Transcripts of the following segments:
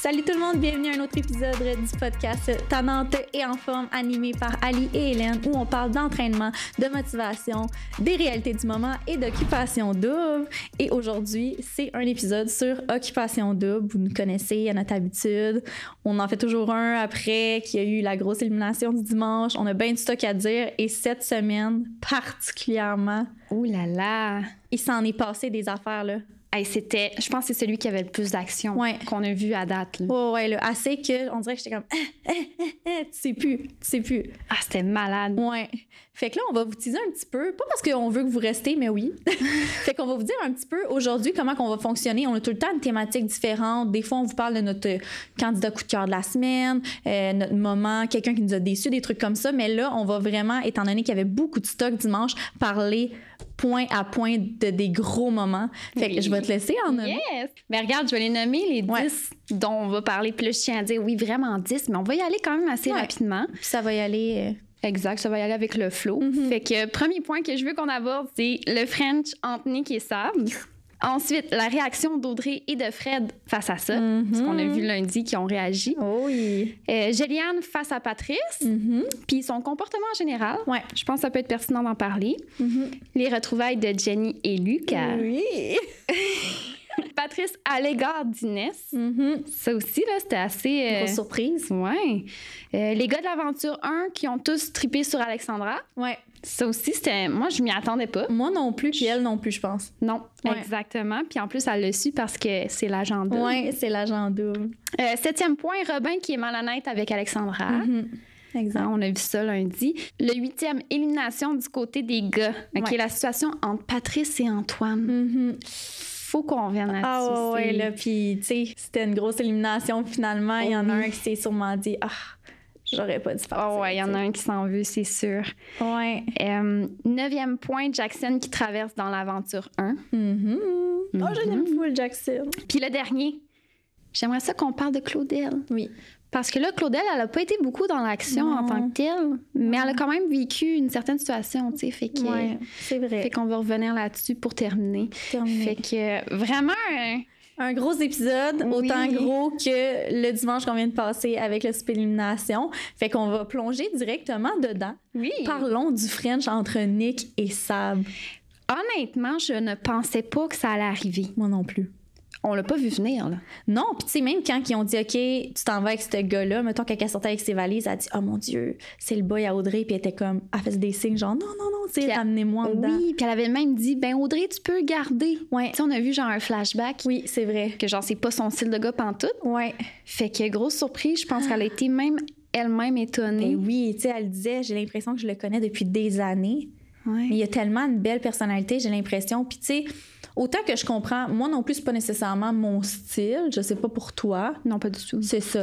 Salut tout le monde, bienvenue à un autre épisode du podcast Tannante et en forme animé par Ali et Hélène où on parle d'entraînement, de motivation, des réalités du moment et d'occupation double. Et aujourd'hui, c'est un épisode sur occupation double. Vous nous connaissez à notre habitude. On en fait toujours un après qu'il y a eu la grosse élimination du dimanche. On a bien du stock à dire et cette semaine particulièrement, Ouh là là! il s'en est passé des affaires là. Hey, c'était, je pense que c'est celui qui avait le plus d'action Ouais. qu'on a vu à date. là. Ouais, Oh, ouais, là, assez que on dirait que j'étais comme, Ah, ah, ah, ah, tu sais plus, tu sais plus. Ah, c'était malade. Ouais. Fait que là, on va vous teaser un petit peu, pas parce qu'on veut que vous restez, mais oui. fait qu'on va vous dire un petit peu aujourd'hui comment qu'on va fonctionner. On a tout le temps une thématique différente. Des fois, on vous parle de notre euh, candidat coup de cœur de la semaine, euh, notre moment, quelqu'un qui nous a déçus, des trucs comme ça. Mais là, on va vraiment, étant donné qu'il y avait beaucoup de stock dimanche, parler point à point de des gros moments. Fait que Oui. je vais te laisser en nommer. Yes! Mais regarde, je vais les nommer les 10 Ouais. dont on va parler. Puis là, je tiens à dire, oui, vraiment 10, mais on va y aller quand même assez Ouais. rapidement. Puis ça va y aller. euh, Exact, ça va y aller avec le flow. Mhm. Fait que premier point que je veux qu'on aborde, c'est le French Anthony qui est sable. Ensuite, la réaction d'Audrey et de Fred face à ça, Mhm. parce qu'on a vu lundi qui ont réagi. Oui. Euh, Géliane face à Patrice, Mhm. puis son comportement en général. Ouais. Je pense que ça peut être pertinent d'en parler. Les retrouvailles de Jenny et Luc. Mm-hmm. Oui. Patrice à l'égard d'Inès. Mhm. Ça aussi, là, c'était assez. Mm-hmm. euh, Grosse surprise. ouais. Euh, les gars de l'Aventure 1 qui ont tous trippé sur Alexandra. Ouais. Ça aussi, c'était. Moi, je m'y attendais pas. Moi non plus, puis elle non plus, je pense. Non, Ouais. exactement. Puis en plus, elle le suit parce que c'est l'agenda. Ouais, c'est l'agent double. Euh, septième point, Robin qui est malhonnête avec Alexandra. Mhm. Exact. Hein, on a vu ça lundi. Le huitième, élimination du côté des gars. OK, Ouais. La situation entre Patrice et Antoine. Mhm. Faut qu'on revienne là-dessus. Ah ouais, ouais, c'est- là, puis tu sais, c'était une grosse élimination finalement. Il y en a Oh oui. un qui s'est sûrement dit « Ah, j'aurais pas dû faire Ah ça. ouais, il y en a un qui s'en veut, c'est sûr. Ouais. Euh, neuvième point, Jackson qui traverse dans l'aventure 1. Mhm. Oh, Mhm. je l'aime full, Jackson. Puis le dernier, j'aimerais ça qu'on parle de Claudel. Oui. Parce que là, Claudel, elle n'a pas été beaucoup dans l'action en Non. tant que telle, mais Non. elle a quand même vécu une certaine situation, tu sais. Fait que- Ouais, c'est fait vrai. qu'on va revenir là-dessus pour terminer. Terminé. Fait que euh, vraiment, euh, Un gros épisode, Oui. autant gros que le dimanche qu'on vient de passer avec le super élimination. Fait qu'on va plonger directement dedans. oui. Parlons du French entre Nick et Sab. Honnêtement, je ne pensais pas que ça allait arriver. Moi non plus. On l'a pas vu venir, là. Non, puis tu sais, même quand ils ont dit, OK, tu t'en vas avec ce gars-là, mettons, quand elle sortait avec ses valises, elle a dit, Oh mon Dieu, c'est le boy à Audrey, puis elle était comme, elle faisait des signes, genre, non, non, non, tu sais, Puis elle- amenez-moi en dedans. Oui, puis elle avait même dit, ben Audrey, tu peux le garder. Ouais. Tu sais, on a vu genre un flashback Oui, c'est vrai. que genre c'est pas son style de gars pantoute. Ouais. Fait que grosse surprise, je pense qu'elle a été même elle-même Mais étonnée. oui, tu sais, elle disait, j'ai l'impression que je le connais depuis des années. Ouais. Mais il y a tellement une belle personnalité, j'ai l'impression. Puis tu sais, autant que je comprends, moi non plus, c'est pas nécessairement mon style, je sais pas pour toi. Non, pas du tout. C'est ça.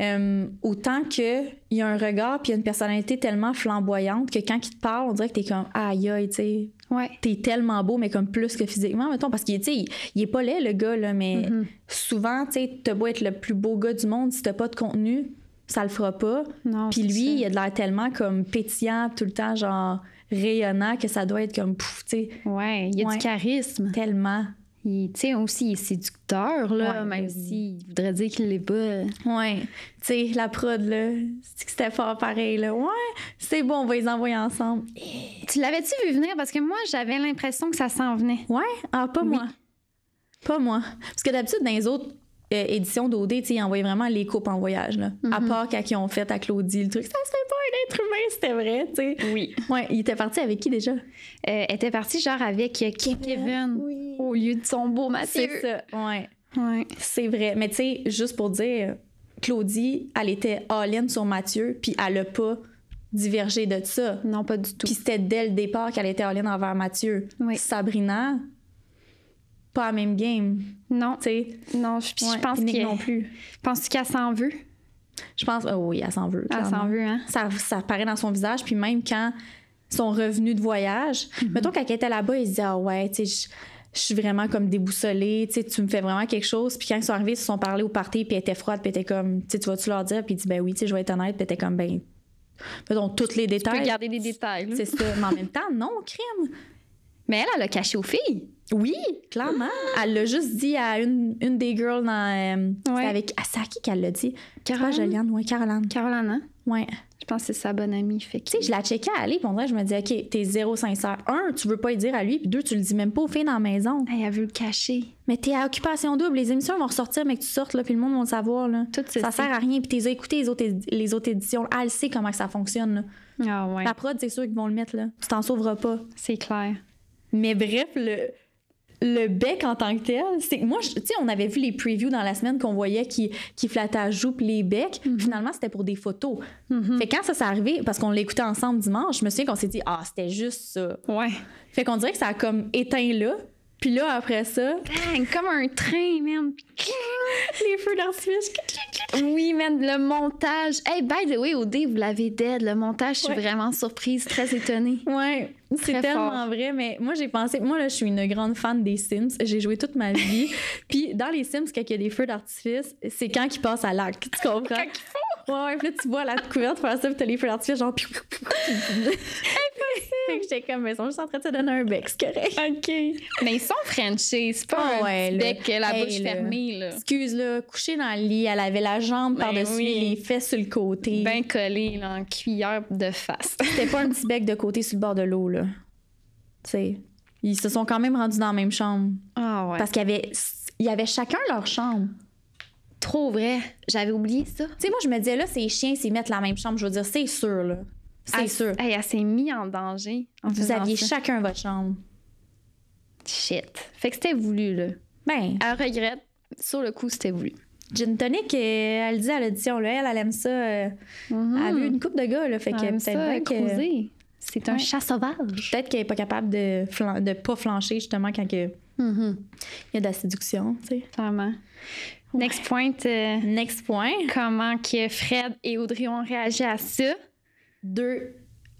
Euh, autant que il y a un regard puis il y a une personnalité tellement flamboyante que quand il te parle, on dirait que t'es comme aïe aïe, tu sais, Ouais. t'es tellement beau mais comme plus que physiquement mettons parce qu'il tu sais, il, il est pas laid le gars là, mais Mhm. souvent tu sais, t'as beau être le plus beau gars du monde si t'as pas de contenu, ça le fera pas. Non, Puis Ah, c'est lui, ça. il a de l'air tellement comme pétillant tout le temps genre rayonnant que ça doit être comme pouf, tu sais, Ouais, il a Ouais. du charisme. tellement. Il, tu sais, aussi, il est séducteur, là, Ouais, ben même mais- s'il voudrait dire qu'il l'est pas. Ouais, tu sais, la prod là, c'est que c'était fort pareil là. Ouais, c'est bon, on va les envoyer ensemble. Tu l'avais-tu vu venir? Parce que moi, j'avais l'impression que ça s'en venait. Ouais? Ah, pas Oui. moi. Pas moi. Parce que d'habitude, dans les autres euh, éditions d'OD, tu sais, ils envoyaient vraiment les coupes en voyage, là. À Mhm. part quand ils ont fait à Claudie le truc. Ça serait pas un être humain, c'était vrai, tu sais. Oui. Ouais, il était parti avec qui déjà? Euh, elle était partie, genre, avec euh, Kevin Oui. au lieu de son beau Mathieu. Ah, C'est ça, ouais. Ouais. C'est vrai. Mais tu sais, juste pour dire, Claudie, elle était all-in sur Mathieu, puis elle a pas divergé de ça. Non, pas du tout. Puis c'était dès le départ qu'elle était all-in envers Mathieu. Oui. Sabrina, pas la même game, Non, tu sais. non, je puis je Ouais, pense puis Nick qu'il non plus. Penses-tu qu'elle s'en veut? Je pense, oh oui, elle s'en veut. Elle s'en clairement. veut, hein? Ça, ça paraît dans son visage, puis même quand son revenu de voyage, Mhm. mettons quand elle était là-bas, il se disait, ah ouais, tu sais, je- je suis vraiment comme déboussolée, tu sais, tu me fais vraiment quelque chose. Puis quand ils sont arrivés, ils se sont parlé au party, puis elle était froide, puis elle était comme, tu sais, tu vas-tu leur dire? Puis il dit, ben oui, tu sais, je vais être honnête, puis elle était comme, ben, mettons, tous les Tu peux détails. garder des détails. là. C'est ça. Mais en même temps, non, crime. Mais elle, elle l'a caché aux filles. Oui, clairement. Elle l'a juste dit à une, une des girls dans. euh, c'était Ouais. avec. ah, c'est à qui qu'elle l'a dit? Pas Caroline. Joliane, ouais, Caroline. Caroline, hein? Ouais. Je pense que c'est sa bonne amie. Fait que... Tu sais, je la checkais aller, puis on dirait, je me disais, OK, t'es zéro sincère. Un, tu veux pas y dire à lui, puis deux, tu le dis même pas aux filles dans la maison. Hey, elle veut le cacher. Mais t'es à occupation double, les émissions vont ressortir, mais que tu sortes, là, puis le monde va le savoir, là. Tout Ça sert à rien, puis t'es écouté les autres, les autres éditions. Elle sait comment que ça fonctionne. là. Ah ouais, La prod, c'est sûr qu'ils vont le mettre, là. Tu t'en sauveras pas. c'est clair. Mais bref, le, le bec en tant que tel, c'est que moi, je- tu sais, on avait vu les previews dans la semaine qu'on voyait qui, qui flattaient à joue puis les becs. Finalement, c'était pour des photos. Mhm. Fait que quand ça s'est arrivé, parce qu'on l'écoutait ensemble dimanche, je me souviens qu'on s'est dit, ah, c'était juste ça. Ouais. Fait qu'on dirait que ça a comme éteint là. Puis là, après ça, Dang, comme un train, man. les feux d'artifice. Oui, man, le montage. Hey, by the way, au dé, vous l'avez dead. Le montage, je suis Ouais. vraiment surprise, très étonnée. Ouais, c'est Très tellement vrai, mais moi j'ai pensé, moi là je suis une grande fan des Sims, j'ai joué toute ma vie, puis dans les Sims quand il y a des feux d'artifice, c'est quand qu'ils passent à l'acte, tu comprends? Quand Ouais, ouais, puis là tu vois la couverte faire ça, puis t'as les feux d'artifice genre... piou, piou, piou, piou. Fait que j'étais comme, mais ils sont juste en train de se donner un bec, c'est correct. OK. Mais ils sont Frenchies. C'est Ah pas un ouais, petit là. bec, euh, la Hey, bouche là. fermée, là. Excuse là, couchée dans le lit, elle avait la jambe Ben par-dessus, oui. les fesses sur le côté. Ben collé, là, en cuillère de face. C'était pas un petit bec de côté sur le bord de l'eau là. Tu sais, ils se sont quand même rendus dans la même chambre. Ah ouais. Parce qu'il y avait, il y avait chacun leur chambre. trop vrai. J'avais oublié ça. Tu sais, moi, je me disais, là, ces chiens, c'est mettre la même chambre. Je veux dire, c'est sûr, là. C'est Elle- sûr. Hey, elle s'est mise en danger. En Vous faisant aviez ça. chacun votre chambre. Shit. Fait que c'était voulu, là. Ben, Elle regrette. Sur le coup, c'était voulu. Gin Tonic, euh, elle dit à l'audition, là, elle, elle aime ça. euh, Elle a vu une coupe de gars, là. Fait que Ah, Mm-hmm. mais peut-être Hmm. ça, bien que- cruiser. C'est un Ouais. chat sauvage. Peut-être qu'elle est pas capable de, flan- de pas flancher, justement, quand que- il y a de la séduction, tu sais. Mm-hmm. Clairement. Next point, euh, Next point. comment que Fred et Audrey ont réagi à ça? Deux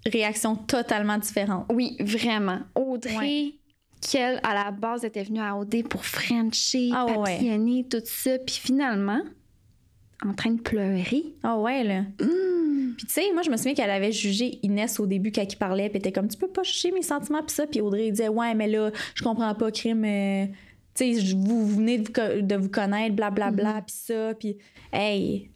réactions totalement différentes. Oui, vraiment. Audrey, Ouais. qu'elle, à la base, était venue à OD pour Frencher, Ah ouais. papillonner, tout ça. Puis finalement, en train de pleurer. Ah ouais, là. Mmh. Puis tu sais, moi, je me souviens qu'elle avait jugé Inès au début quand il parlait, puis elle était comme, tu peux pas juger mes sentiments, puis ça. Puis Audrey disait, ouais, mais là, je comprends pas, crime. euh, tu sais, je- vous, vous venez de vous, co- de vous connaître, blablabla, Mmh. puis ça. Puis, hey,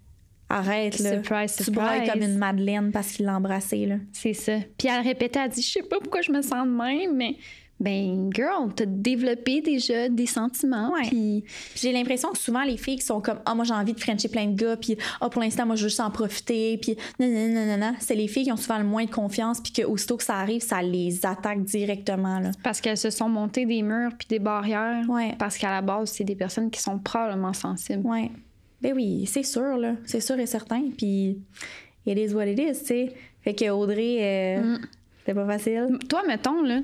arrête, là. Surprise, Tu brailles surprise. comme une Madeleine parce qu'il l'a embrassée, là. C'est ça. Puis elle répétait, elle dit, je sais pas pourquoi je me sens de même, mais ben, girl, t'as développé déjà des sentiments. Ouais. Puis Puis j'ai l'impression que souvent, les filles qui sont comme, ah, moi, j'ai envie de frencher plein de gars, puis, ah, pour l'instant, moi, je veux juste en profiter, puis, non, non, non, non, non. C'est les filles qui ont souvent le moins de confiance, puis que aussitôt que ça arrive, ça les attaque directement, là. parce qu'elles se sont montées des murs puis des barrières. Ouais. Parce qu'à la base, c'est des personnes qui sont probablement sensibles. Ouais. Ben oui, c'est sûr, là. C'est sûr et certain. Puis, it is what it is, tu sais. Fait que Audrey, euh, Mm. c'était pas facile. Toi, mettons, là,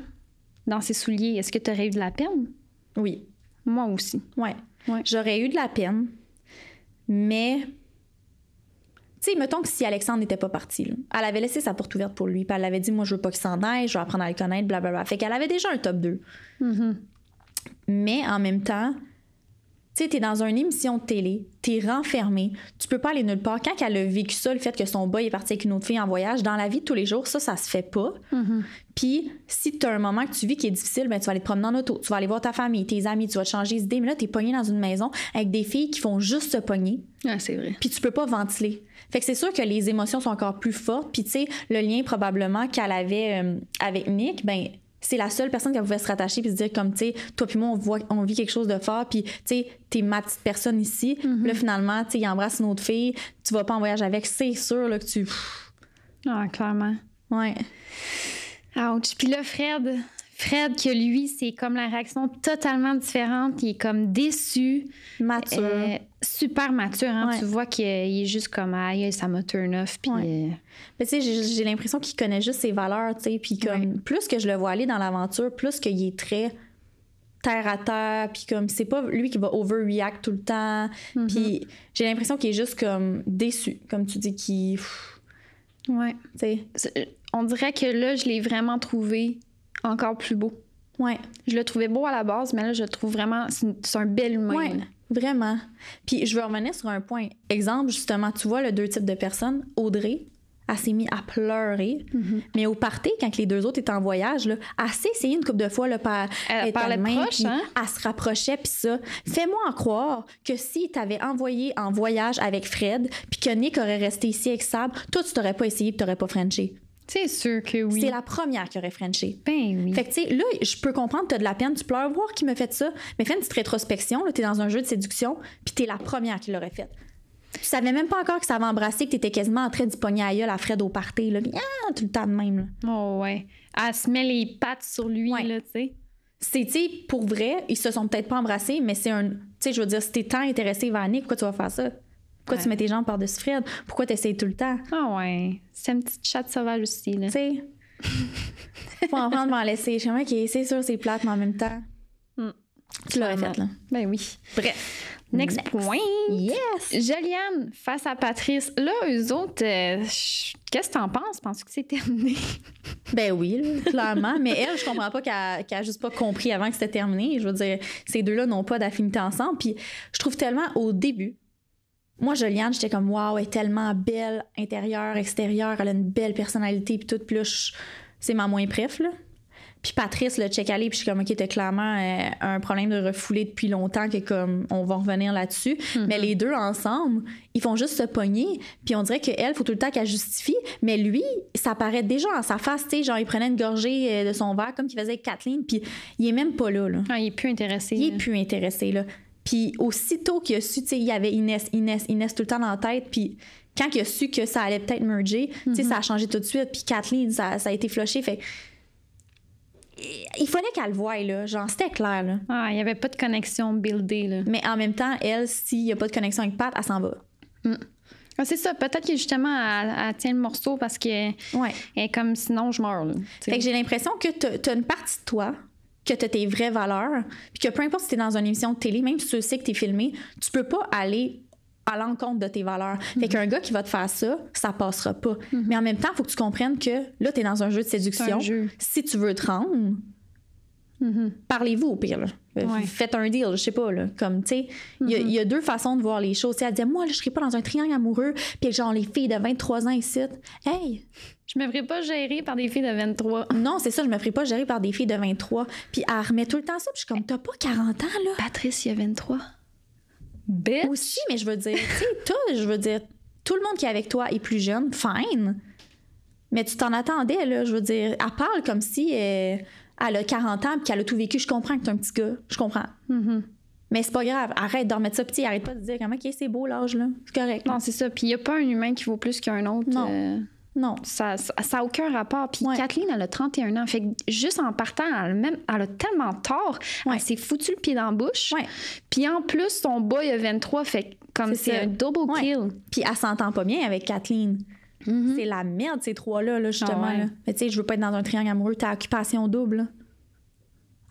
dans ses souliers, est-ce que t'aurais eu de la peine? Oui. Moi aussi. Ouais. Ouais. J'aurais eu de la peine, mais. Tu sais, mettons que si Alexandre n'était pas parti, là, elle avait laissé sa porte ouverte pour lui, puis elle avait dit Moi, je veux pas qu'il s'en aille, je vais apprendre à le connaître, blablabla. Fait qu'elle avait déjà un top 2. Mhm. Mais en même temps, tu sais, t'es dans une émission de télé, t'es renfermé, tu peux pas aller nulle part. Quand elle a vécu ça, le fait que son boy est parti avec une autre fille en voyage, dans la vie de tous les jours, ça, ça se fait pas. Mhm. Puis, si t'as un moment que tu vis qui est difficile, ben, tu vas aller te promener en auto, tu vas aller voir ta famille, tes amis, tu vas te changer d'idée. Mais là, t'es pogné dans une maison avec des filles qui font juste se pogner, Ah, c'est vrai. puis tu peux pas ventiler. Fait que c'est sûr que les émotions sont encore plus fortes. Puis, tu sais, le lien probablement qu'elle avait euh, avec Nick, ben c'est la seule personne qu'elle pouvait se rattacher puis se dire comme, tu sais, toi puis moi, on, voit, on vit quelque chose de fort, puis, tu sais, t'es ma petite personne ici. Mm-hmm. Puis Là, finalement, tu sais, il embrasse une autre fille, tu vas pas en voyage avec, c'est sûr là, que tu... Ah, clairement. Ouais. Ouch. Puis là, Fred, Fred, que lui, c'est comme la réaction totalement différente. Il est comme déçu, Mature. euh, super mature. hein. Ouais. Tu vois qu'il est juste comme, aïe, ça m'a turn off. Puis Ouais. euh, Mais tu sais, j'ai- j'ai l'impression qu'il connaît juste ses valeurs, tu sais. Puis comme, Ouais. plus que je le vois aller dans l'aventure, plus qu'il est très terre à terre. Puis comme, c'est pas lui qui va overreact tout le temps. Mm-hmm. Puis j'ai l'impression qu'il est juste comme déçu, comme tu dis, qui. ouais. Tu sais, C'est- On dirait que là, je l'ai vraiment trouvé encore plus beau. ouais. Je le trouvais beau à la base, mais là, je le trouve vraiment. C'est une- c'est un bel humain. Ouais, là. vraiment. Puis je veux revenir sur un point. Exemple, justement, tu vois le deux types de personnes. Audrey, elle s'est mise à pleurer. Mais au party, quand les deux autres étaient en voyage, là, elle s'est essayée une couple de fois là, par, Elle elle parlait était de main, proche, puis hein? Elle se rapprochait, puis ça. Fais-moi en croire que si t'avais envoyé en voyage avec Fred, puis que Nick aurait resté ici avec Sab, toi, tu t'aurais pas essayé, puis t'aurais pas Frenché. C'est sûr que oui. C'est la première qui aurait Frenché. Ben oui. Fait que, tu sais, là, je peux comprendre, t'as de la peine, tu pleures, voir qui me fait ça. Mais fais une petite rétrospection, là, t'es dans un jeu de séduction, puis t'es la première qui l'aurait faite. Tu savais même pas encore que ça avait embrassé, que t'étais quasiment en train d'y pogner à gueule à Fred au party, là, puis, ah, tout le temps de même, là. Oh, ouais. Elle se met les pattes sur lui, Ouais. là, tu sais. C'est, tu sais, pour vrai, ils se sont peut-être pas embrassés, mais c'est un. Tu sais, je veux dire, si t'es tant intéressé vers Nick, pourquoi tu vas faire ça? Pourquoi Ouais. tu mets tes jambes par-dessus Fred? Pourquoi t'essayes tout le temps? Ah ouais. C'est une petite chatte sauvage aussi, là. Tu sais. Faut en prendre, m'en laisser. Je sais pas, ok, c'est sûr, c'est plate, mais en même temps. Hmm. Tu l'aurais fait, là. Ben oui. Bref. Next, Next. point. Yes! Joliane face à Patrice. Là, eux autres, euh, ch- qu'est-ce que t'en penses? Penses-tu que c'est terminé? Ben oui, là, clairement. mais elle, je comprends pas qu'elle qu'elle a juste pas compris avant que c'était terminé. Je veux dire, ces deux-là n'ont pas d'affinité ensemble. Puis je trouve tellement au début. Moi, Joliane, j'étais comme, waouh, elle est tellement belle, intérieure, extérieure, elle a une belle personnalité, puis tout. Puis là, je- c'est ma moins préf, là. Puis Patrice, le check aller, puis je suis comme, OK, t'as clairement euh, un problème de refoulé depuis longtemps, que comme, on va revenir là-dessus. Mais les deux ensemble, ils font juste se pogner, puis on dirait qu'elle, faut tout le temps qu'elle justifie. Mais lui, ça paraît déjà en sa face, tu sais, genre, il prenait une gorgée euh, de son verre, comme qu'il faisait avec Kathleen, puis il est même pas là, là. Ah, il est plus intéressé. Il est là. plus intéressé, là. Puis aussitôt qu'il a su, tu sais, il y avait Inès, Inès, Inès tout le temps dans la tête, puis quand il a su que ça allait peut-être merger, tu sais, ça a changé tout de suite, puis Kathleen, ça, ça a été flushé, fait... Il fallait qu'elle le voie, là. Genre, c'était clair, là. Ah, il n'y avait pas de connexion buildée, là. Mais en même temps, elle, s'il n'y a pas de connexion avec Pat, elle s'en va. Ah, c'est ça. Peut-être que justement, elle, elle tient le morceau parce qu'elle Ouais. elle est comme sinon, je meurs, là. Tu sais. Fait que j'ai l'impression que t'as- t'as une partie de toi, que t'as tes vraies valeurs, puis que peu importe si t'es dans une émission de télé, même si tu sais que t'es filmé, tu peux pas aller à l'encontre de tes valeurs. Mhm. Fait qu'un gars qui va te faire ça, ça passera pas. Mais en même temps, faut que tu comprennes que là, t'es dans un jeu de C'est un séduction. jeu. Si tu veux te rendre, Mhm. parlez-vous au pire. là. Euh, Ouais. Mhm. Faites un deal, je sais pas. Là. Comme, tu sais, il y a- il y, a deux façons de voir les choses. Tu sais, elle disait, moi, là, je serais pas dans un triangle amoureux, puis genre, les filles de 23 ans ici. Hey, Je me ferais pas gérer par des filles de 23. Non, c'est ça, je me ferai pas gérer par des filles de 23. Puis elle remet tout le temps ça, puis je suis comme, t'as pas 40 ans, là? Patrice, il a 23. Bête. Aussi, mais je veux dire, tu sais, toi, je veux dire, tout le monde qui est avec toi est plus jeune, fine. Mais tu t'en attendais, là, je veux dire. Elle parle comme si euh, elle a 40 ans, puis qu'elle a tout vécu. Je comprends que t'es un petit gars, je comprends. Mhm. Mais c'est pas grave, arrête d'en remettre ça petit, arrête pas de dire, comment, ok, c'est beau l'âge, là, c'est correct. Non, c'est ça. Puis il n'y a pas un humain qui vaut plus qu'un autre. Non. euh, non. ça n'a aucun rapport. Puis Ouais. Kathleen, elle a 31 ans. Fait que juste en partant, elle, a même, elle a tellement tort. Ouais. Elle s'est foutue le pied dans la bouche. Ouais. Puis en plus, son boy a 23. Fait que comme C'est c'est ça. un double Ouais. kill. Puis elle s'entend pas bien avec Kathleen. Mhm. C'est la merde, ces trois-là, là, justement. Ah ouais. là. Mais tu sais, je veux pas être dans un triangle amoureux. T'as occupation double. là.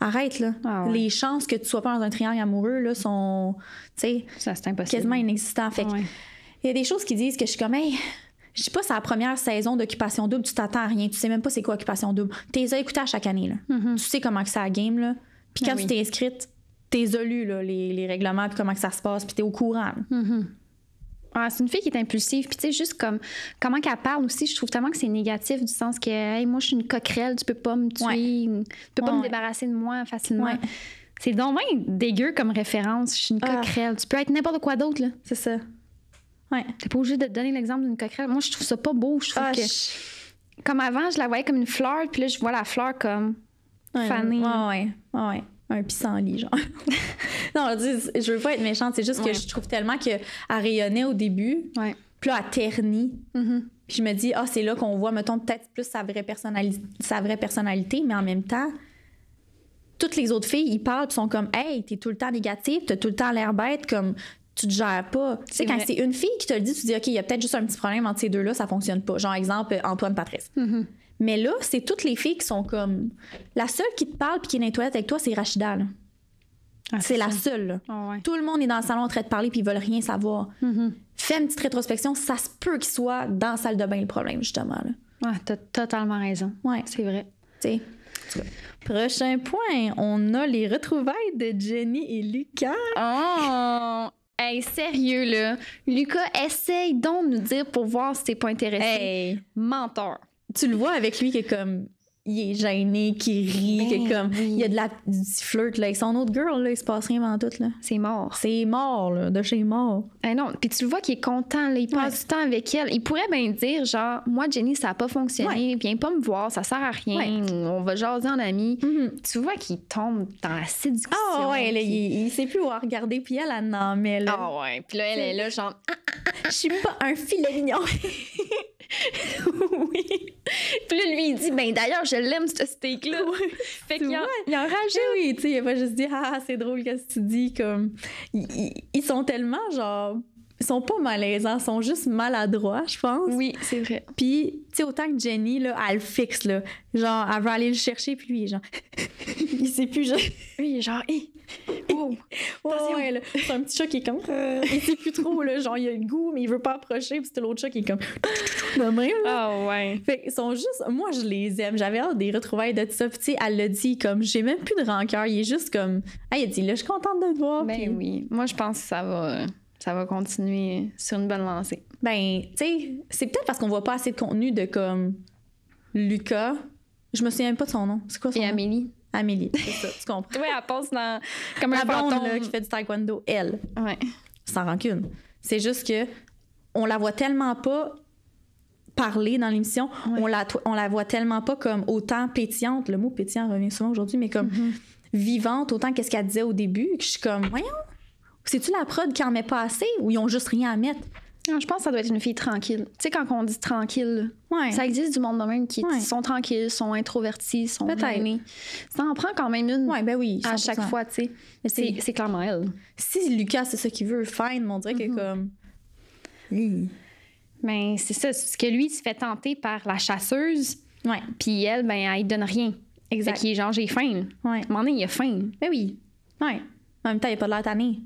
Arrête, là. Ah ouais. Les chances que tu sois pas dans un triangle amoureux, là, sont, tu sais, Ça, c'est impossible. quasiment inexistantes. Fait que, il Ouais. y a des choses qui disent que je suis comme, hey, je sais pas, c'est la première saison d'occupation double, tu t'attends à rien. Tu sais même pas c'est quoi occupation double. T'es as écouté à chaque année, là. Mhm. Tu sais comment que c'est la game, là. Puis quand Ah oui. tu t'es inscrite, t'es as lu, là, les, les règlements, puis comment que ça se passe, puis t'es au courant. là. Mhm. Ah, c'est une fille qui est impulsive. Puis, tu sais, juste comme comment qu'elle parle aussi, je trouve tellement que c'est négatif du sens que, hey, moi, je suis une coquerelle, tu peux pas me tuer, ou tu peux pas Ouais, me ouais. débarrasser de moi facilement. Ouais. C'est donc bien dégueu comme référence. Je suis une Ah. coquerelle. Tu peux être n'importe quoi d'autre, là. C'est ça. Ouais. T'es pas obligé de te donner l'exemple d'une coquerelle. Moi, je trouve ça pas beau. Ah, Je trouve que, comme avant, je la voyais comme une fleur, puis là, je vois la fleur comme. Ouais, Fanée, Ouais, là. ouais, ouais, ouais. Un pissenlit, genre. non, je dis- je veux pas être méchante, c'est juste que Ouais. je trouve tellement qu'elle rayonnait au début, Ouais. puis là, elle ternit. Mm-hmm. Puis je me dis, ah, c'est là qu'on voit, mettons, peut-être plus sa vraie, personnali- sa vraie personnalité, mais en même temps, toutes les autres filles, ils parlent, puis sont comme, hey, t'es tout le temps négative, t'as tout le temps l'air bête, comme, tu te gères pas. Tu C'est sais, quand vrai. c'est une fille qui te le dit, tu te dis, OK, il y a peut-être juste un petit problème entre ces deux-là, ça fonctionne pas. Genre, exemple, Antoine Patrice. Mm-hmm. Mais là, c'est toutes les filles qui sont comme. La seule qui te parle puis qui est dans les toilettes avec toi, c'est Rachida. là. Ah, c'est la seule. là. Ah, ouais. Tout le monde est dans le salon en train de parler puis ils veulent rien savoir. Mhm. Fais une petite rétrospection, ça se peut qu'il soit dans la salle de bain le problème, justement. Là. Ouais, Ah, t'as totalement raison. Ouais, C'est vrai. tu sais. En tout cas. Prochain point, on a les retrouvailles de Jenny et Lucas. Oh! Hey, sérieux, là. Lucas, essaye donc de nous dire pour voir si t'es pas intéressé. Hey, Menteur. tu le vois avec lui qui est comme. Il est gêné, qui rit, qui est Ben comme. Il y a de la, du petit flirt, là. Avec son autre girl, là, il se passe rien avant tout, là. C'est mort. C'est mort, là, de chez mort. Ah non, puis tu le vois qu'il est content, là, il passe du temps avec elle. Il pourrait bien dire, genre, moi, Jenny, ça n'a pas fonctionné, viens pas me voir, ça sert à rien, on va jaser en ami. Tu vois qu'il tombe dans la séduction. Ah ouais, là, puis- il, il sait plus où la regarder, puis elle, elle en met, là. Ah ouais, puis là, elle est là, genre, Ah! Je suis pas un filet mignon. oui. Puis là, lui, il dit, ben d'ailleurs, je l'aime, ce steak-là. fait Tu qu'il en, vois? il en rajoute. Ben oui, tu sais, il a pas juste dit ah c'est drôle qu'est-ce que tu dis comme ils, ils- ils sont tellement genre ils sont pas malaisants, ils sont juste maladroits, je pense. Oui, c'est vrai. Puis tu sais autant que Jenny là, elle le fixe là, genre elle va aller le chercher puis lui il est genre il sait plus genre Oui, genre, hé, wow. Ouais, ouais, là. c'est un petit chat qui est comme Euh. il sait plus trop là, genre il a le goût mais il veut pas approcher puis c'est l'autre chat qui est comme de même, là. Ah ouais. Fait qu'ils sont juste. Moi, je les aime. J'avais hâte des retrouvailles de ça. Puis, tu sais, elle l'a dit, comme, j'ai même plus de rancœur. Il est juste comme. Ah, il a dit, là, je suis contente de te voir. Ben Puis, oui, moi, je pense que ça va, ça va continuer sur une bonne lancée. Ben, tu sais, c'est peut-être parce qu'on voit pas assez de contenu de, comme, Lucas. Je me souviens même pas de son nom. C'est quoi son Et nom? Amélie? Amélie. C'est ça, tu comprends. Oui, elle passe dans. Comme La un blonde, fantôme. là, qui fait du taekwondo, elle, Ouais. sans rancune. C'est juste que on la voit tellement pas parler dans l'émission. Ouais. On, la, on la voit tellement pas comme autant pétillante. Le mot pétillant revient souvent aujourd'hui, mais comme. Mm-hmm. vivante autant qu'est-ce qu'elle disait au début que je suis comme voyons c'est-tu la prod qui en met pas assez ou ils ont juste rien à mettre Non, Ah, je pense que ça doit être une fille tranquille. Tu sais, quand on dit tranquille, ouais ça existe du monde de même qui Ouais. sont tranquilles, sont introvertis, sont Peut-être. gênés. Ça en prend quand même une ouais ben oui à 100%. chaque fois, tu sais. mais C'est c'est c'est clairement elle. si Lucas c'est ça qu'il veut fine mais on dirait que Mm-hmm. comme Hi. Mais Ben, c'est ça, c'est ce que lui, il se fait tenter par la chasseuse, ouais puis elle, ben, elle lui donne rien. Fait exact qu'il est genre, j'ai faim. ouais À un moment donné, il a faim. ben oui ouais en même temps il a pas de l'air tanné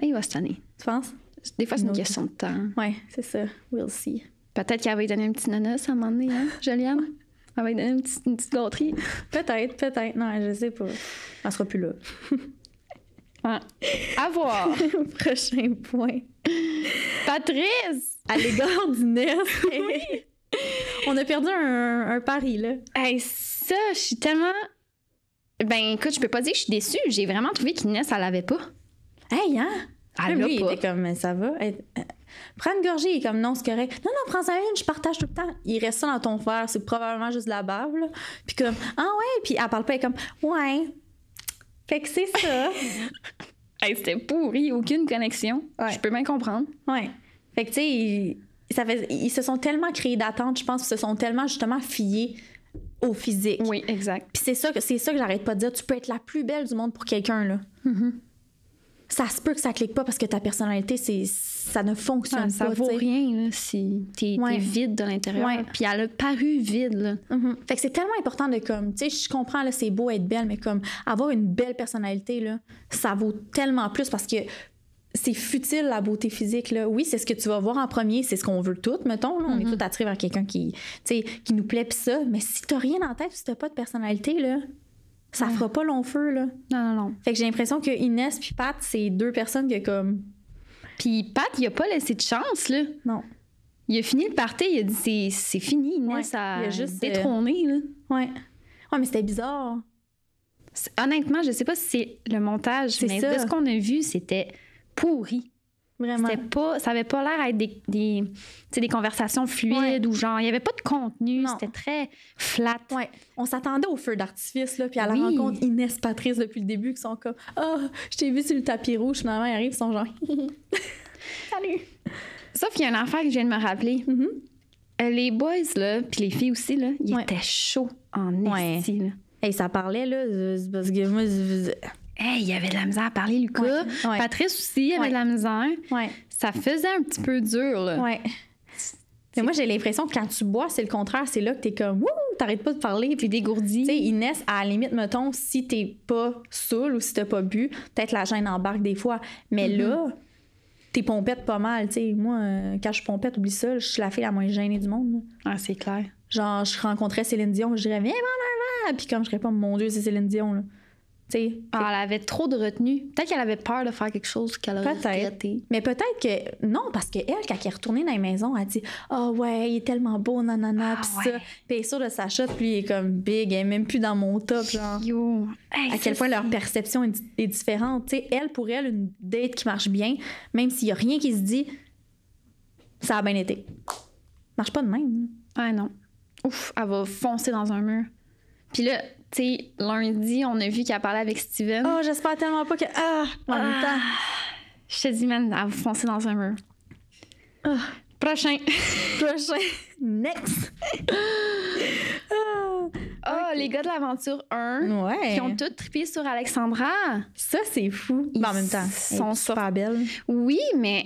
Ah, il va se tanner. tu penses Des fois, c'est une Non. question de temps. ouais c'est ça we'll see Peut-être qu'elle va lui donner un petit nanas à un moment donné, hein, Juliane? Elle va lui donner une petite, une petite gâterie. peut-être peut-être non je sais pas on sera plus là Ouais. À voir. prochain point Patrice! à l'égard du nest on a perdu un, un pari là Hey, ça, je suis tellement. Ben, écoute, je peux pas dire que je suis déçue. J'ai vraiment trouvé qu'Inès, elle l'avait pas. hey hein Elle Lui, il l'a pas. était comme, Mais ça va. Elle- euh, prends une gorgée. Il est comme, non, c'est correct. Non, non, prends-en une, je partage tout le temps. Il reste ça dans ton verre, c'est probablement juste de la bave, là. Puis comme, ah ouais, puis elle parle pas, elle est comme, ouais. Fait que c'est ça. Hey, c'était pourri, aucune connexion. Ouais. Je peux bien comprendre. ouais. Fait que, tu sais, il- ça fait- ils se sont tellement créés d'attentes, je pense, ils se sont tellement justement fiés au physique. Oui, exact. Puis c'est ça, que- c'est ça que j'arrête pas de dire. Tu peux être la plus belle du monde pour quelqu'un, là. Mm-hmm. Ça se peut que ça clique pas parce que ta personnalité, c'est, ça ne fonctionne Ça, ça pas. vaut tu sais. rien là, si t'es t'es Ouais. vide de l'intérieur. Ouais. Puis elle a paru vide. Là. Mhm. Fait que c'est tellement important de comme, tu sais, je comprends, là, c'est beau être belle, mais comme avoir une belle personnalité, là, ça vaut tellement plus parce que c'est futile la beauté physique, là. Oui, c'est ce que tu vas voir en premier, c'est ce qu'on veut toutes, mettons, là. On Mm-hmm. est toutes attirées vers quelqu'un qui, tu sais, qui nous plaît pis ça, mais si t'as rien en tête pis si t'as pas de personnalité, là, ça fera pas long feu, là. Non, non, non. Fait que j'ai l'impression que Inès puis Pat, c'est deux personnes que comme, Puis Pat, il a pas laissé de chance. là. non. Il a fini le party. Il a dit c'est- c'est fini, Inès, Ouais. a, Il a juste, euh, détrôné. là. Ouais. Ouais, mais c'était bizarre. C'est- Honnêtement, je sais pas si c'est le montage, C'est mais ça. de ce qu'on a vu, c'était pourri. Vraiment. C'était pas, ça avait pas l'air d'être des, des, tu sais, des conversations fluides ou genre, il y avait pas de contenu, Non. c'était très flat. Ouais, on s'attendait au feu d'artifice, là, puis à la Oui. rencontre Inès Patrice depuis le début, qui sont comme Ah, je t'ai vu sur le tapis rouge, finalement, ils arrivent, ils sont genre Salut! Sauf qu'il y a une affaire que je viens de me rappeler. Mhm. Euh, Les boys, là, puis les filles aussi, là, ils Ouais. étaient chauds en Ouais. esti, là. Hey, ça parlait, là, euh, c'est parce que moi, je- Hey, il y avait de la misère à parler, Lucas. Ouais. Ouais. Patrice aussi, il avait Ouais. de la misère. Ouais, Ça faisait un petit peu dur, là. ouais. Mais moi, j'ai l'impression que quand tu bois, c'est le contraire, c'est là que t'es comme Wouh, t'arrêtes pas de parler, T'es puis dégourdi. tu sais, Inès, à la limite, mettons, si t'es pas saoul ou si t'as pas bu, peut-être la gêne embarque des fois. Mais Mm-hmm. là, t'es pompette pas mal. tu sais. Moi, euh, quand je suis pompette, oublie ça, je suis la fille la moins gênée du monde. là. Ah, c'est clair. Genre, je rencontrais Céline Dion, je dirais, viens, viens, viens, viens. Puis comme je réponds, mon Dieu, c'est Céline Dion, là. Tu sais. Ah, elle avait trop de retenue. Peut-être qu'elle avait peur de faire quelque chose qu'elle aurait Peut-être. regretté. Mais peut-être que non, parce qu'elle, quand elle est retournée dans la maison, elle dit Ah ouais, il est tellement beau, nanana, Ah pis ouais. ça. Puis elle est sûre de sa chute, puis il est comme big, elle est même plus dans mon top, genre. Yo. Hey, À quel ça, point c'est- leur perception est, di- est différente. Tu sais, elle, pour elle, une date qui marche bien, même s'il n'y a rien qui se dit, ça a bien été. Marche pas de même. Ah non. Ouf, elle va foncer dans un mur. Puis là, tu sais, lundi, on a vu qu'elle parlait avec Steven. Oh, j'espère tellement pas que. Ah, en même Ah. temps. Je te dis, man, elle va foncer dans un mur. Ah. Prochain. Prochain. Next. Ah. Oh, les gars de l'aventure 1 Ouais. qui ont tous trippé sur Alexandra. Ça, c'est fou. Ils Mais en même temps, sont elle est super belle. Oui, mais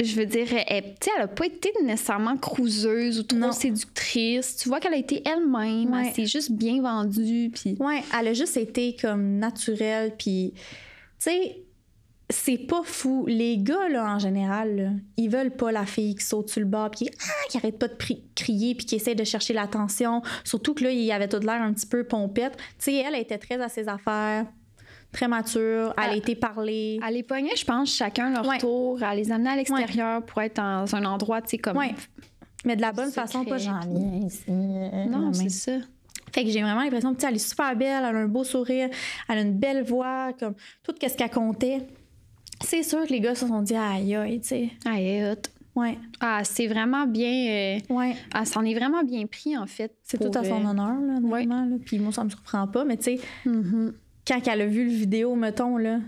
je veux dire, elle, tu sais, elle a pas été nécessairement crouseuse ou trop Non. séductrice. Tu vois qu'elle a été elle-même. Ouais. Elle s'est juste bien vendue. Puis... Ouais, elle a juste été comme naturelle, puis tu sais, c'est pas fou. Les gars, là, en général, là, ils veulent pas la fille qui saute sur le bord, puis qui, ah, qui arrête pas de pri- crier, puis qui essaie de chercher l'attention. Surtout que là, il avait tout l'air un petit peu pompette. Tu sais, elle elle était très à ses affaires, très mature, elle a Ah. été parlée. Elle les pognait, je pense, chacun leur Ouais. tour. Elle les amenait à l'extérieur pour être dans un endroit, tu sais, comme. Ouais. Mais de la bonne Secret, façon, pas genre. puis- Viens ici, euh, Non, maman. c'est ça. Fait que j'ai vraiment l'impression que, tu sais, elle est super belle, elle a un beau sourire, elle a une belle voix, comme tout ce qu'elle comptait. C'est sûr que les gars se sont dit aïe aïe, tu sais. Ah, elle est hot. Ouais, Ah, c'est vraiment bien. euh, ouais. elle s'en est vraiment bien pris, en fait. C'est pour, tout à son euh, honneur, là, vraiment. là. Puis moi, ça me surprend pas, mais tu sais, Mm-hmm. mhm. quand elle a vu le vidéo, mettons, là, de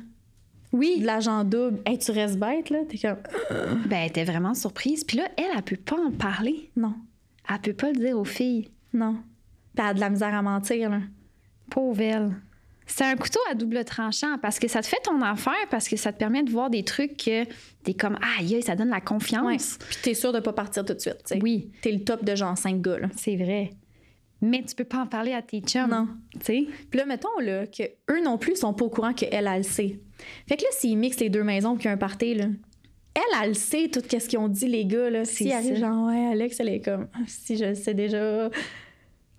Oui. l'agent double, hey, tu restes bête, là, t'es comme Ben, elle était vraiment surprise. Puis là, elle, elle peut pas en parler. non, Elle peut pas le dire aux filles. non. Puis elle a de la misère à mentir, là. Pauvre elle. C'est un couteau à double tranchant parce que ça te fait ton affaire, parce que ça te permet de voir des trucs que t'es comme, ah, aïe, aïe, ça donne la Ouais. confiance. Puis t'es sûr de pas partir tout de suite, tu sais. Oui, T'es le top de genre 5 gars, là. c'est vrai. Mais tu peux pas en parler à tes chums. Non. Tu sais? Puis là, mettons là, que eux non plus sont pas au courant qu'elle, elle le sait. Fait que là, s'ils mixent les deux maisons puis qu'il y a un party, là, elle, elle le sait tout ce qu'ils ont dit, les gars. Là. C'est S'ils arrivent, ça. genre, ouais, Alex, elle est comme, ah, si je le sais déjà.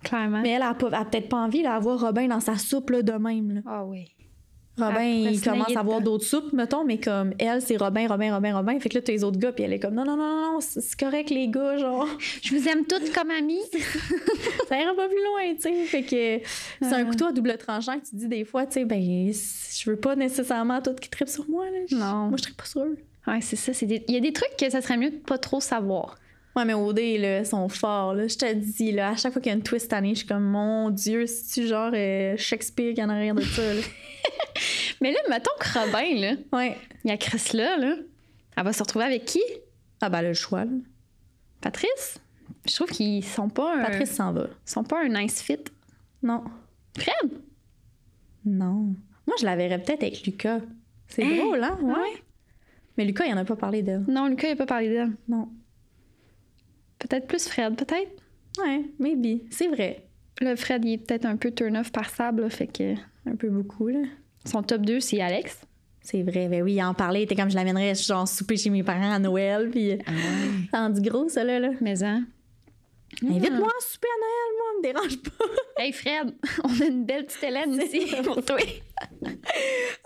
Clairement. Mais elle a, pas- elle a peut-être pas envie d'avoir Robin dans sa soupe là, de même. là. Ah oui. Robin, Elle pourrait il se commence noyer à avoir dedans. d'autres soupes, mettons, mais comme elle, c'est Robin, Robin, Robin, Robin. Fait que là, t'as les autres gars, puis elle est comme, non, non, non, non, c'est c'est correct, les gars, genre, Je vous aime toutes comme amies. ça ira pas plus loin, tu sais. Fait que c'est un Euh. couteau à double tranchant que tu dis des fois, tu sais, ben, je veux pas nécessairement tout qui tripe sur moi, là. Je- Non. Moi, je tripe pas sur eux. Ouais, c'est ça. c'est des- Il y a des trucs que ça serait mieux de pas trop savoir. Ouais, mais OD, là, ils sont forts, là. Je te dis, là, à chaque fois qu'il y a une twist année, je suis comme, mon Dieu, c'est-tu genre euh, Shakespeare qui est en arrière de ça, là? Mais là, mettons que Robin, là, Ouais. il y a Chris là, là. Elle va se retrouver avec qui? Ah, ben, elle a le choix, là. Patrice? Je trouve qu'ils sont pas un... Patrice s'en va. ils sont pas un nice fit. Non. Fred? Non. Moi, je la verrais peut-être avec Lucas. C'est Hein? drôle, hein? Ouais. Ouais. Mais Lucas, il en a pas parlé d'elle. Non, Lucas, il a pas parlé d'elle. Non. Peut-être plus Fred, peut-être. Ouais, maybe. C'est vrai. Là, Fred, il est peut-être un peu turn-off par sable, là, fait que Un peu beaucoup, là. son top 2, c'est Alex. C'est vrai, ben oui, il en parlait, il était comme je l'amènerais genre souper chez mes parents à Noël, puis Ah ça en dit gros, ça là. là. Mais hein. Ah. Invite-moi à souper à Noël, moi, me dérange pas. Hey Fred, on a une belle petite Hélène ici pour toi.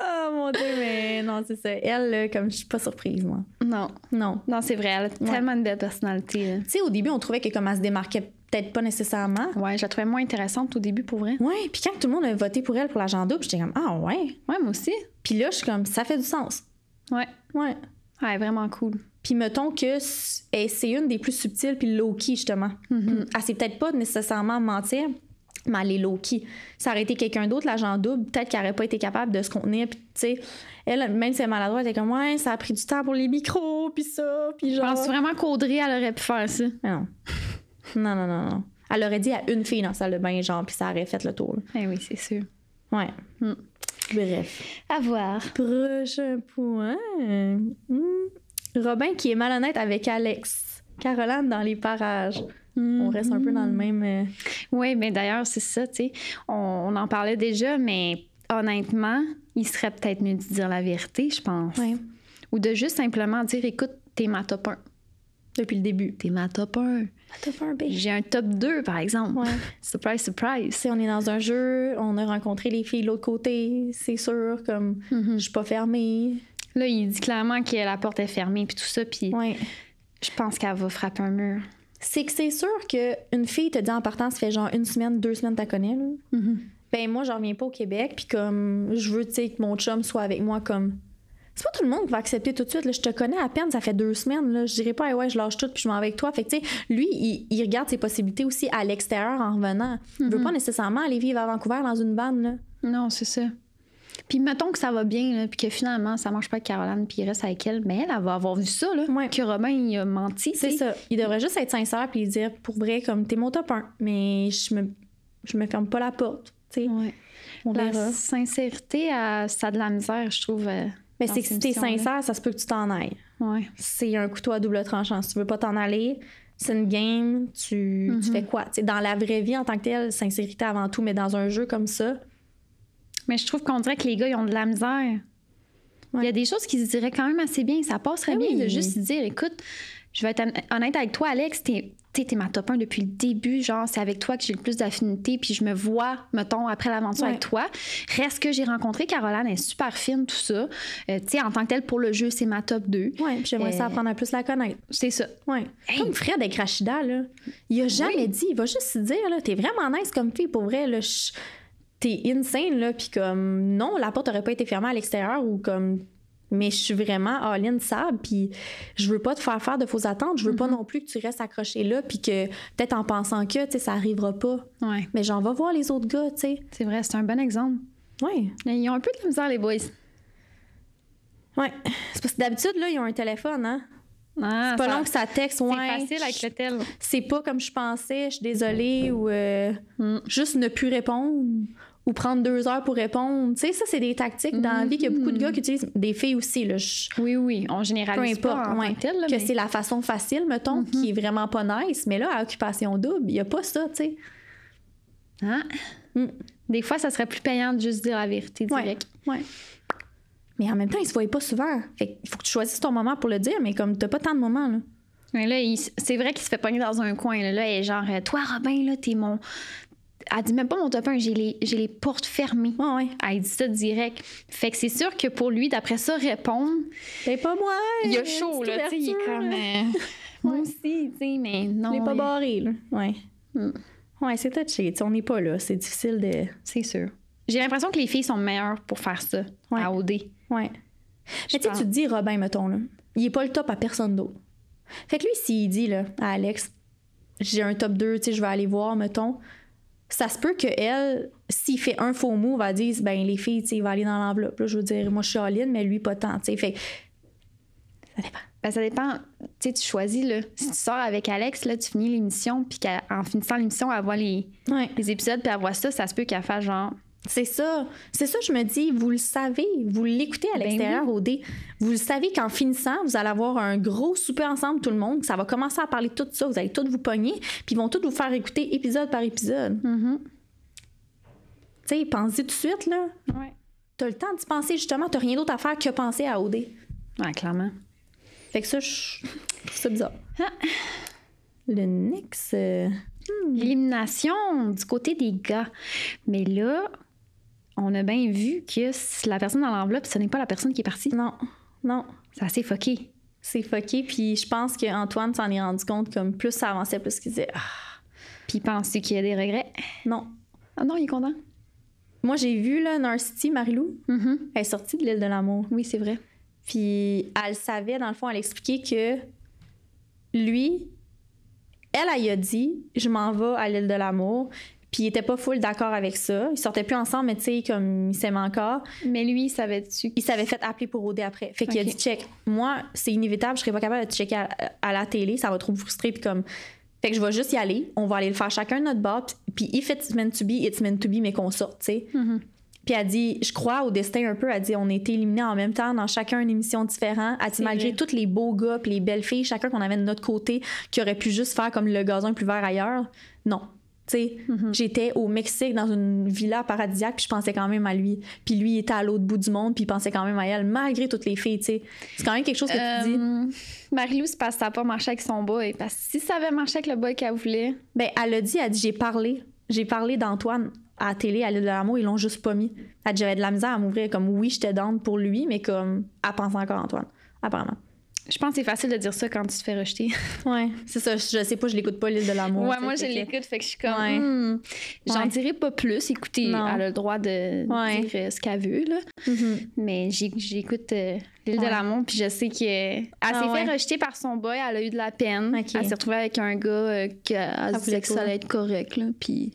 Oh mon dieu, mais non, c'est ça. Elle, là, comme je suis pas surprise, moi. Non, Non. non, c'est vrai, elle a Ouais. tellement une belle personnalité. là. Tu sais, au début, on trouvait que comme elle se démarquait peut-être pas nécessairement. Ouais, je la trouvais moins intéressante au début pour vrai. Ouais, puis quand tout le monde a voté pour elle pour l'agent double, j'étais comme ah ouais. Ouais, moi aussi. Puis là, je suis comme ça fait du sens. Ouais, Ouais. ouais vraiment cool. Puis mettons que s- eh, c'est une des plus subtiles puis low-key, justement. Mm-hmm. Elle sait Mm. Ah, peut-être pas nécessairement mentir, mais elle est low-key. Ça aurait été quelqu'un d'autre, l'agent double, peut-être qu'elle aurait pas été capable de se contenir. Puis, tu sais, elle, même si elle est maladroite, elle est comme « Ouais, ça a pris du temps pour les micros, puis ça, puis Je genre... pense » vraiment qu'Audrey, elle aurait pu faire ça. Mais Non. Non, non, non, non. Elle aurait dit à une fille dans la salle de bain, genre, puis ça aurait fait le tour. là. Eh oui, c'est sûr. Ouais. Mm. Bref. À voir. Prochain point. Hmm. Robin qui est malhonnête avec Alex. Caroline dans les parages. On reste un peu dans le Mm. même. euh, Hmm. Oui, mais d'ailleurs, c'est ça, tu sais. On, on en parlait déjà, mais honnêtement, il serait peut-être mieux de dire la vérité, je pense. Ou de juste simplement dire écoute, t'es ma top 1. Depuis le début. T'es ma top 1. Top 1, B. J'ai Ah, un top 2, par exemple. Ouais. Surprise, surprise. Si on est dans un jeu, on a rencontré les filles de l'autre côté, c'est sûr, comme je suis pas fermée. Là, il dit clairement que la porte est fermée, puis tout ça, puis Ouais. je pense qu'elle va frapper un mur. C'est que c'est sûr que une fille te dit en partant, ça fait genre une semaine, deux semaines, t'as connais, là. Ben moi, j'en reviens pas au Québec, puis comme je veux, tu sais, que mon chum soit avec moi comme. C'est pas tout le monde qui va accepter tout de suite. Là. Je te connais à peine, ça fait deux semaines. Là. Je dirais pas, hey, ouais, je lâche tout puis je m'en vais avec toi. Fait que, tu sais, lui, il, il regarde ses possibilités aussi à l'extérieur en revenant. Il Mm-hmm. veut pas nécessairement aller vivre à Vancouver dans une bande. Là. Non, c'est ça. Puis mettons que ça va bien, là, puis que finalement, ça marche pas avec Caroline, puis il reste avec elle, mais elle, elle va avoir vu ça, là, Ouais. que Robin, il a menti. tu C'est sais. ça. Il devrait juste être sincère puis dire, pour vrai, comme, t'es mon top 1, mais je me, je me ferme pas la porte. Tu sais, Ouais. on La verra. sincérité, euh, ça a de la misère, je trouve. euh, Mais dans c'est que si cette t'es émission-là. sincère, ça se peut que tu t'en ailles. Ouais. c'est un couteau à double tranchant. Si tu veux pas t'en aller, c'est une game, tu, tu Mhm. fais quoi? Tu sais, dans la vraie vie en tant que telle, sincérité avant tout, mais dans un jeu comme ça, Mais je trouve qu'on dirait que les gars, ils ont de la misère. Ouais. Il y a des choses qui se diraient quand même assez bien. Ça passerait Ah bien oui. de juste dire écoute, je vais être hon- honnête avec toi, Alex, t'es t'es- t'es ma top 1 depuis le début. Genre, c'est avec toi que j'ai le plus d'affinité, puis je me vois, mettons, après l'aventure Ouais. avec toi. Reste que j'ai rencontré Caroline, elle est super fine, tout ça. Euh, tu sais, en tant que telle, pour le jeu, c'est ma top 2. ouais, puis j'aimerais ça Euh. apprendre à plus la connaître. C'est ça. Ouais. Hey. Comme Fred avec Rachida, là, il a jamais dit, il va juste se dire, là, t'es vraiment nice comme fille, pour vrai, là, je- t'es insane, là, puis comme, non, la porte aurait pas été fermée à l'extérieur ou comme... Mais je suis vraiment all-in sable, puis je veux pas te faire faire de fausses attentes. Je veux Mm-hmm. pas non plus que tu restes accroché là, puis que peut-être en pensant que, tu sais, ça arrivera pas. Ouais, Mais j'en vais voir les autres gars, tu sais. c'est vrai, c'est un bon exemple. Ouais. Mais Ils ont un peu de la misère, les boys. Ouais. C'est parce que d'habitude, là, ils ont un téléphone, hein. Ah, C'est pas ça- long que ça texte, C'est ouais. facile avec le tel. C'est pas comme je pensais, je suis désolée, ou euh, juste ne plus répondre, ou prendre deux heures pour répondre. Tu sais, ça, c'est des tactiques dans la vie qu'il y a beaucoup de gars qui utilisent, des filles aussi, là. Je- Oui, oui, on Peu généralise importe, pas en ouais. tant que tel. là, que mais- c'est la façon facile, mettons, qui est vraiment pas nice. Mais là, à occupation double, il y a pas ça, tu sais. Hein? Mm. Des fois, ça serait plus payant de juste dire la vérité Ouais. direct. Ouais. Mais en même temps, ils se voyaient pas souvent. Fait qu'il faut que tu choisisses ton moment pour le dire, mais comme t'as pas tant de moments, là. Mais là, il- c'est vrai qu'il se fait pogner dans un coin. Là, là elle est genre, euh, toi, Robin, là, t'es mon. Elle dit même pas mon top 1, j'ai les, j'ai les portes fermées. Ouais, ouais. Elle dit ça direct. Fait que c'est sûr que pour lui, d'après ça, répondre, C'est pas moi. il a euh, chaud, petite là. tu sais, il est ouverture, comme. là. euh, Moi aussi, tu sais, mais non. Il est pas il- barré, là. Ouais. Mm. Ouais, c'est touché. Tu sais, on n'est pas là. C'est difficile de. C'est sûr. J'ai l'impression que les filles sont meilleures pour faire ça, Ouais. à OD. Ouais. Mais tu sais, pense. tu te dis, Robin, mettons, là. Il est pas le top à personne d'autre. Fait que lui, s'il dit, là, à Alex, j'ai un top 2, tu sais, je vais aller voir, mettons. Ça se peut que elle, s'il fait un faux move, elle dise, ben, les filles, tu sais, il va aller dans l'enveloppe. Là, je veux dire, moi, je suis all-in, mais lui, pas tant, tu sais. Fait que ça dépend. Ben, ça dépend. Tu sais, tu choisis, là. Si tu sors avec Alex, là, tu finis l'émission, puis qu'en en finissant l'émission, elle voit les, Ouais. les épisodes, puis elle voit ça, ça se peut qu'elle fasse genre. C'est ça. C'est ça, je me dis, vous le savez, vous l'écoutez à Ben l'extérieur au dé. Vous le savez qu'en finissant, vous allez avoir un gros souper ensemble, tout le monde. que Ça va commencer à parler de tout ça. Vous allez tous vous pogner, puis ils vont tous vous faire écouter épisode par épisode. mm-hmm. Tu sais, pensez tout de suite, là. Ouais. T'as le temps d'y penser, justement. T'as rien d'autre à faire que penser à OD. Ouais, clairement. Fait que ça, je je trouve ça bizarre. Ah. Le next. euh, Mm. L'élimination du côté des gars. Mais là, on a bien vu que c- la personne dans l'enveloppe, ce n'est pas la personne qui est partie. Non, non. Ça s'est foqué. C'est fucké. Puis je pense qu'Antoine s'en est rendu compte, comme plus ça avançait, plus qu'il disait, ah, Puis penses-tu qu'il y a des regrets? non. Ah non, il est content. Moi, j'ai vu, là, Narcity, Marilou, Mhm. elle est sortie de l'île de l'amour. Oui, c'est vrai. Puis elle savait, dans le fond, elle expliquait que lui, elle, elle y a dit Je m'en vais à l'île de l'amour. Puis il était pas full d'accord avec ça. Ils sortaient plus ensemble, mais tu sais, comme ils s'aimaient encore. Mais lui, savais-tu? Il s'avait fait appeler pour OD après. Fait qu'il Ok. a dit Check, moi, c'est inévitable, je serais pas capable de te checker à, à la télé, ça va trop me frustrer. Puis comme. Fait que je vais juste y aller, on va aller le faire chacun de notre bord. Puis- Puis if it's meant to be, it's meant to be, mais qu'on sorte, tu sais. Mhm. Puis elle dit, je crois au destin un peu, elle dit, on a été éliminés en même temps dans chacun une émission différente. Elle dit, C'est malgré vrai. tous les beaux gars puis les belles filles, chacun qu'on avait de notre côté, qui aurait pu juste faire comme le gazon est plus vert ailleurs. Non. Mm-hmm. Mm. J'étais au Mexique dans une villa paradisiaque, puis je pensais quand même à lui. Puis lui, il était à l'autre bout du monde, puis il pensait quand même à elle, malgré toutes les filles. T'sais. C'est quand même quelque chose que tu Euh, Marie-Lou, c'est parce que ça n'a pas marché avec son boy. Parce que si ça avait marché avec le boy qu'elle voulait, dis. Ben, elle a dit, elle a dit J'ai parlé. J'ai parlé d'Antoine à la télé, à l'île de l'amour, ils l'ont juste pas mis. Elle dit J'avais de la misère à m'ouvrir. Comme oui, j'étais dente pour lui, mais comme elle pensait encore à Antoine, apparemment. je pense que c'est facile de dire ça quand tu te fais rejeter. Ouais, c'est ça. Je sais pas, je l'écoute pas, l'île de l'amour. ouais, ça moi, je fait que- l'écoute, fait que je suis comme. Ouais. hmm, J'en Ouais. dirai pas plus. Écoutez, Non. elle a le droit de Ouais. dire euh, ce qu'elle veut, là. Mhm. Mais j'ai- j'écoute euh, L'île de Ouais. l'amour, puis je sais qu'elle Ah s'est ouais. fait rejeter par son boy, elle a eu de la peine. Ok. Elle s'est retrouvée avec un gars euh, qu'elle voulait se disait que pas. ça allait être correct, là. Puis.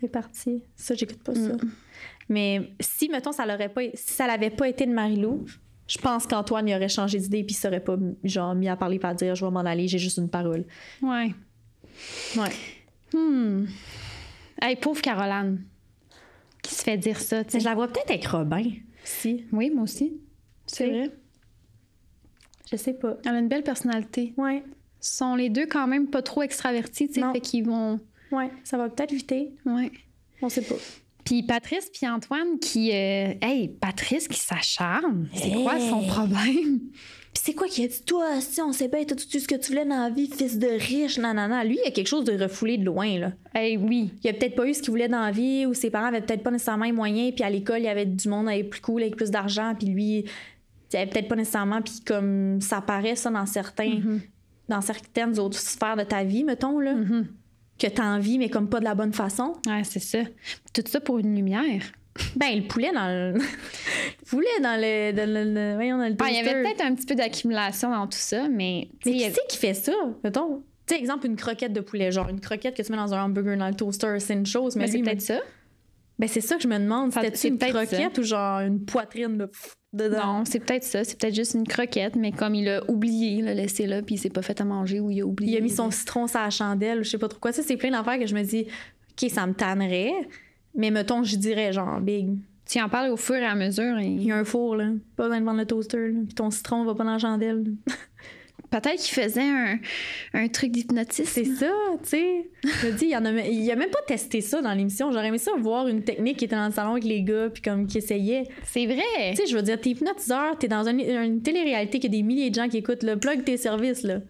C'est parti. Ça, j'écoute pas Mm. ça. Mais si, mettons, ça l'aurait pas, si ça l'avait pas été de Marie-Lou, je pense qu'Antoine, il aurait changé d'idée puis il s'aurait pas, genre, mis à parler pas dire « Je vais m'en aller, j'ai juste une parole. Ouais. » Ouais. Hmm. Hey, pauvre Caroline, qui se fait dire ça, tu sais. Mais je la vois peut-être avec Robin. Si. Oui, moi aussi. C'est Tu sais. vrai. Je sais pas. Elle a une belle personnalité. Ouais. sont les deux quand même pas trop extravertis, tu sais, Non. fait qu'ils vont... Ouais. Ça va peut-être éviter. Ouais. On sait pas. Puis Patrice puis Antoine qui... euh, Hey, Patrice qui s'acharne! C'est quoi Hey. son problème? Pis c'est quoi qui a dit Toi, si on sait bien, t'as tout ce que tu voulais dans la vie, fils de riche, nanana. Lui, il y a quelque chose de refoulé de loin, là. Hey, oui. il a peut-être pas eu ce qu'il voulait dans la vie ou ses parents avaient peut-être pas nécessairement les moyens puis à l'école il y avait du monde avec plus cool avec plus d'argent puis lui il avait peut-être pas nécessairement puis comme ça paraît ça dans certains Mm-hmm. dans certaines autres sphères de ta vie mettons là Mhm. que t'as envie mais comme pas de la bonne façon Ouais, c'est ça. Tout ça pour une lumière. ben il poulet dans le le poulet dans le, dans le, le- voyons dans le Ah, il y avait toaster. peut-être un petit peu d'accumulation dans tout ça, mais... mais tu sais, il y qui avait- c'est qui fait ça mettons tu sais exemple une croquette de poulet genre une croquette que tu mets dans un hamburger dans le toaster c'est une chose mais, mais lui, c'est il met- peut-être ça. Ben c'est ça que je me demande. Ça- C'était-tu c'est une peut-être croquette ou genre une poitrine là, pff, dedans? Non, c'est peut-être ça. C'est peut-être juste une croquette, mais comme il a oublié, il l'a laissé là, puis il s'est pas fait à manger ou il a oublié. Il a mis son citron sur la chandelle ou je sais pas trop quoi. Ça, c'est plein d'affaires que je me dis, OK, ça me tannerait. Mais mettons, je dirais genre, Big, Tu en parles au fur et à mesure. et- il y a un four, là. Pas besoin de vendre le toaster, là. Puis ton citron va pas dans la chandelle. Peut-être qu'il faisait un, un truc d'hypnotisme. C'est ça, tu sais. Je me dis, il y en a, me- il a même pas testé ça dans l'émission. J'aurais aimé ça voir une technique qui était dans le salon avec les gars, puis comme qui essayait. C'est vrai. Tu sais, je veux dire, t'es hypnotiseur, t'es dans une, une télé-réalité qu'il y a des milliers de gens qui écoutent, là. Plug tes services, là.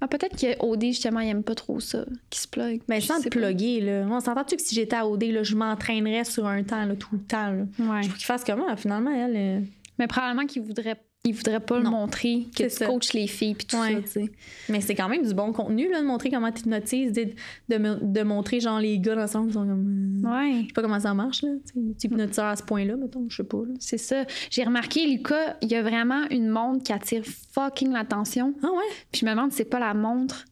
Ah, peut-être que OD, justement, il aime pas trop ça, qu'il se plug. Mais Je Ben, sans sais te pas. plugger, là. On s'entend-tu que si j'étais à OD, là, je m'entraînerais sur un temps, là, tout le temps, là. Ouais. Faut qu'il fasse comment, finalement, elle? euh? Mais probablement qu'il voudrait, il voudrait pas Non. le montrer, que C'est tu ça. coaches les filles puis tout Ouais. ça, tu sais. Mais c'est quand même du bon contenu, là, de montrer comment t'hypnotises, de, de, me- de montrer, genre, les gars dans le salon qui sont comme... euh, Ouais. Je sais pas comment ça marche, là. Tu sais, hypnotiseur à ce point-là, mettons, je sais pas, là. C'est ça. J'ai remarqué, Lucas, il y a vraiment une montre qui attire fucking l'attention. Ah ouais? Puis je me demande si c'est pas la montre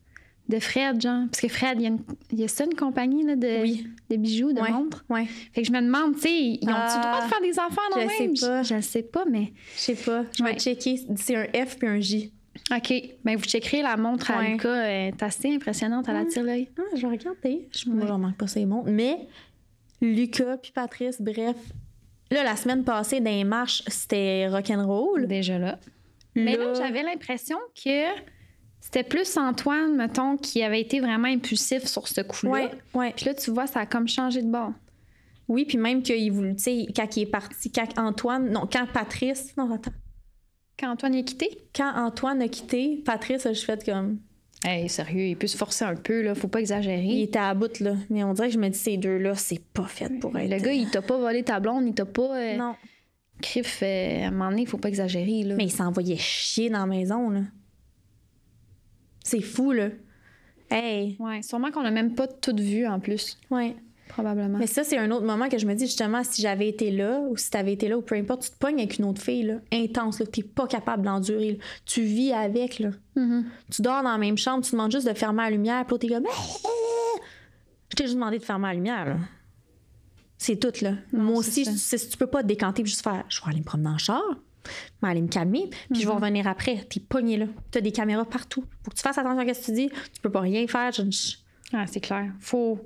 de Fred, genre. Parce que Fred, il y a, une- il y a ça, une compagnie là, de, Oui. de bijoux, de Ouais. montres. Ouais. Fait que je me demande, tu sais, ils ont-tu le droit Ah, de faire des enfants dans je le sais même? pas. Je, je sais pas, mais... Je sais pas. Je vais Ouais. checker. C'est un F puis un J. OK. Ben, vous checkerez la montre à Ouais. Lucas. Elle est assez impressionnante. Elle Ouais. attire l'œil. Ah, je vais regarder. Je moi, Ouais. je remarque pas ces montres. Mais Lucas puis Patrice, bref... Là, la semaine passée, dans les marches, c'était rock'n'roll. Déjà là. Ben, Mais là, j'avais l'impression que c'était plus Antoine, mettons, qui avait été vraiment impulsif sur ce coup-là. Ouais, ouais. Puis là, tu vois, ça a comme changé de bord. Oui, puis même qu'il voulait, tu sais, quand il est parti, quand Antoine, non, quand Patrice, non, attends, Quand Antoine est quitté? quand Antoine a quitté, Patrice a juste fait comme, Hey, sérieux, il peut se forcer un peu, là. Faut pas il exagérer. était à bout, là. Mais on dirait que je me dis, ces deux-là, c'est pas fait pour être. Le gars, il t'a pas volé ta blonde, il t'a pas. euh, Non, Criff, euh, à un moment donné, faut pas exagérer, là. mais il s'envoyait chier dans la maison, là. C'est fou, là. Hey, Ouais, sûrement qu'on a même pas tout vu, en plus. ouais. Probablement. Mais ça, c'est un autre moment que je me dis, justement, si j'avais été là, ou si t'avais été là, ou peu importe, tu te pognes avec une autre fille, là, intense, là, que t'es pas capable d'endurer, là. Tu vis avec, là. Mhm. tu dors dans la même chambre, tu demandes juste de fermer la lumière, puis là, t'es comme. Je t'ai juste demandé de fermer la lumière, là. C'est tout, là. Non, Moi c'est aussi, ça. tu, sais, si tu peux pas te décanter, puis juste faire. Je vais aller me promener en char, je vais aller me calmer, puis je Mhm. vais revenir après. T'es pogné, là. T'as des caméras partout. Faut que tu fasses attention à ce que tu dis. Tu peux pas rien faire. Je- je- Ah, c'est clair. Faut,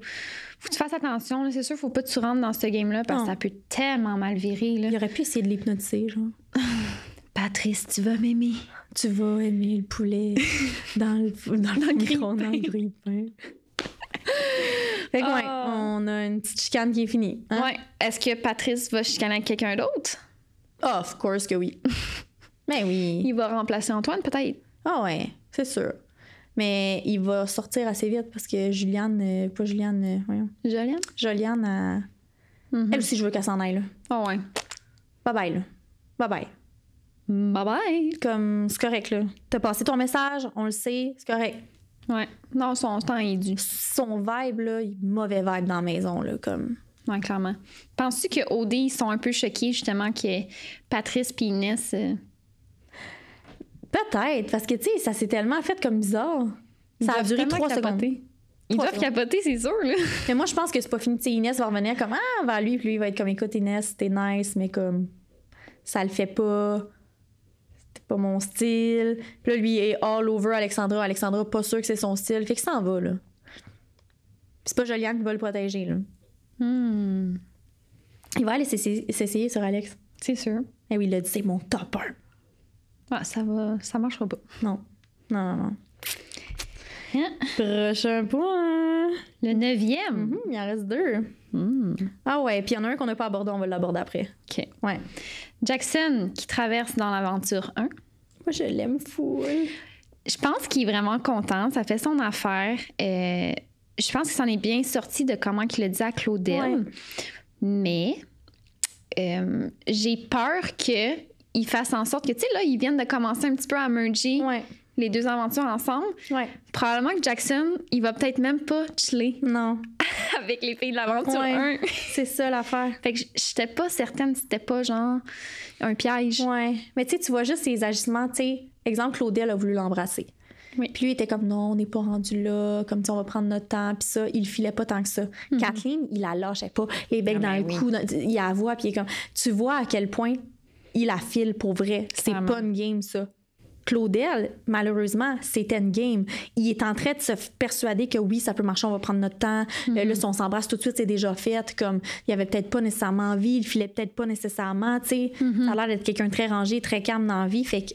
faut que tu fasses attention. là. C'est sûr, faut pas que tu rentres dans ce game-là parce que Non. ça peut tellement mal virer. Là. Il aurait pu essayer de l'hypnotiser, genre. Patrice, tu vas m'aimer. Tu vas aimer le poulet dans le, dans le, Dans le micro-ondes, grille-pain. dans le grille-pain. Fait que, ouais, Ah. on a une petite chicane qui est finie. hein? Ouais. Est-ce que Patrice va chicaner avec quelqu'un d'autre? Ah, Of course que oui. Mais oui. Il va remplacer Antoine, peut-être? Ah ouais, c'est sûr. Mais il va sortir assez vite parce que Juliane, euh, pas Juliane, euh, voyons, Joliane? Joliane, elle- Mhm. elle aussi, je veux qu'elle s'en aille, là. Ah ouais. Bye bye, là. Bye bye. Bye bye! Comme, c'est correct, là. T'as passé ton message, on le sait, c'est correct. Ouais. Non, son temps est dû. Son vibe, là, il- mauvais vibe dans la maison, là, comme. Ouais, clairement. Penses-tu que OD, ils sont un peu choqués, justement, que Patrice puis Inès. euh, Peut-être, parce que, tu sais, ça s'est tellement fait comme bizarre. ils Ça a doivent duré tellement trois capoter. secondes. Ils Trois doivent secondes. capoter, c'est sûr, là. Mais moi, je pense que c'est pas fini. Tu sais, Inès va revenir comme Ah, vers lui, puis lui, il va être comme Écoute, Inès, t'es nice, mais comme ça le fait pas. C'était pas mon style. Puis là, lui, il est all over Alexandra. Alexandra, pas sûr que c'est son style. Fait que ça en va, là. Puis c'est pas Joliane qui va le protéger, là. Hmm, Il va aller s'essayer s'essayer sur Alex. c'est sûr. Eh oui, il l'a dit, c'est mon top 1. Ouais, ça va, ça marchera pas. Non. Non, non, non. Hein? Prochain point. Le neuvième. Mhm, il en reste deux. Hmm. Ah ouais, puis il y en a un qu'on n'a pas abordé, on va l'aborder après. OK. Ouais. Jackson, qui traverse dans l'aventure 1. Moi, je l'aime fou. Je pense qu'il est vraiment content. Ça fait son affaire. Euh, je pense qu'il s'en est bien sorti de comment qu'il le dit à Claudel. Mais euh, j'ai peur que il fasse en sorte que, tu sais, là, ils viennent de commencer un petit peu à merger Ouais. les deux aventures ensemble. Ouais. Probablement que Jackson, il va peut-être même pas chiller Non. avec les filles de l'aventure Ouais. 1. C'est ça l'affaire. Fait que j- j'étais pas certaine si c'était pas genre un piège. Ouais. Mais tu sais, tu vois juste ses agissements, tu sais. Exemple, Claudel a voulu l'embrasser. Oui. Puis lui, il était comme non, on n'est pas rendu là, comme tu sais, on va prendre notre temps, puis ça, il filait pas tant que ça. Kathleen, il la lâchait pas, les becs Ah, dans ben le oui. cou, dans- il la voit, puis il est comme. Tu vois à quel point il la file pour vrai. C'est Clairement. pas une game, ça. Claudel, malheureusement, c'était une game. Il est en train de se f- persuader que oui, ça peut marcher, on va prendre notre temps. Euh, Mhm. Là, si on s'embrasse tout de suite, c'est déjà fait. Comme il avait peut-être pas nécessairement envie, il filait peut-être pas nécessairement. Tu sais, Mhm. ça a l'air d'être quelqu'un de très rangé, très calme dans la vie. Fait que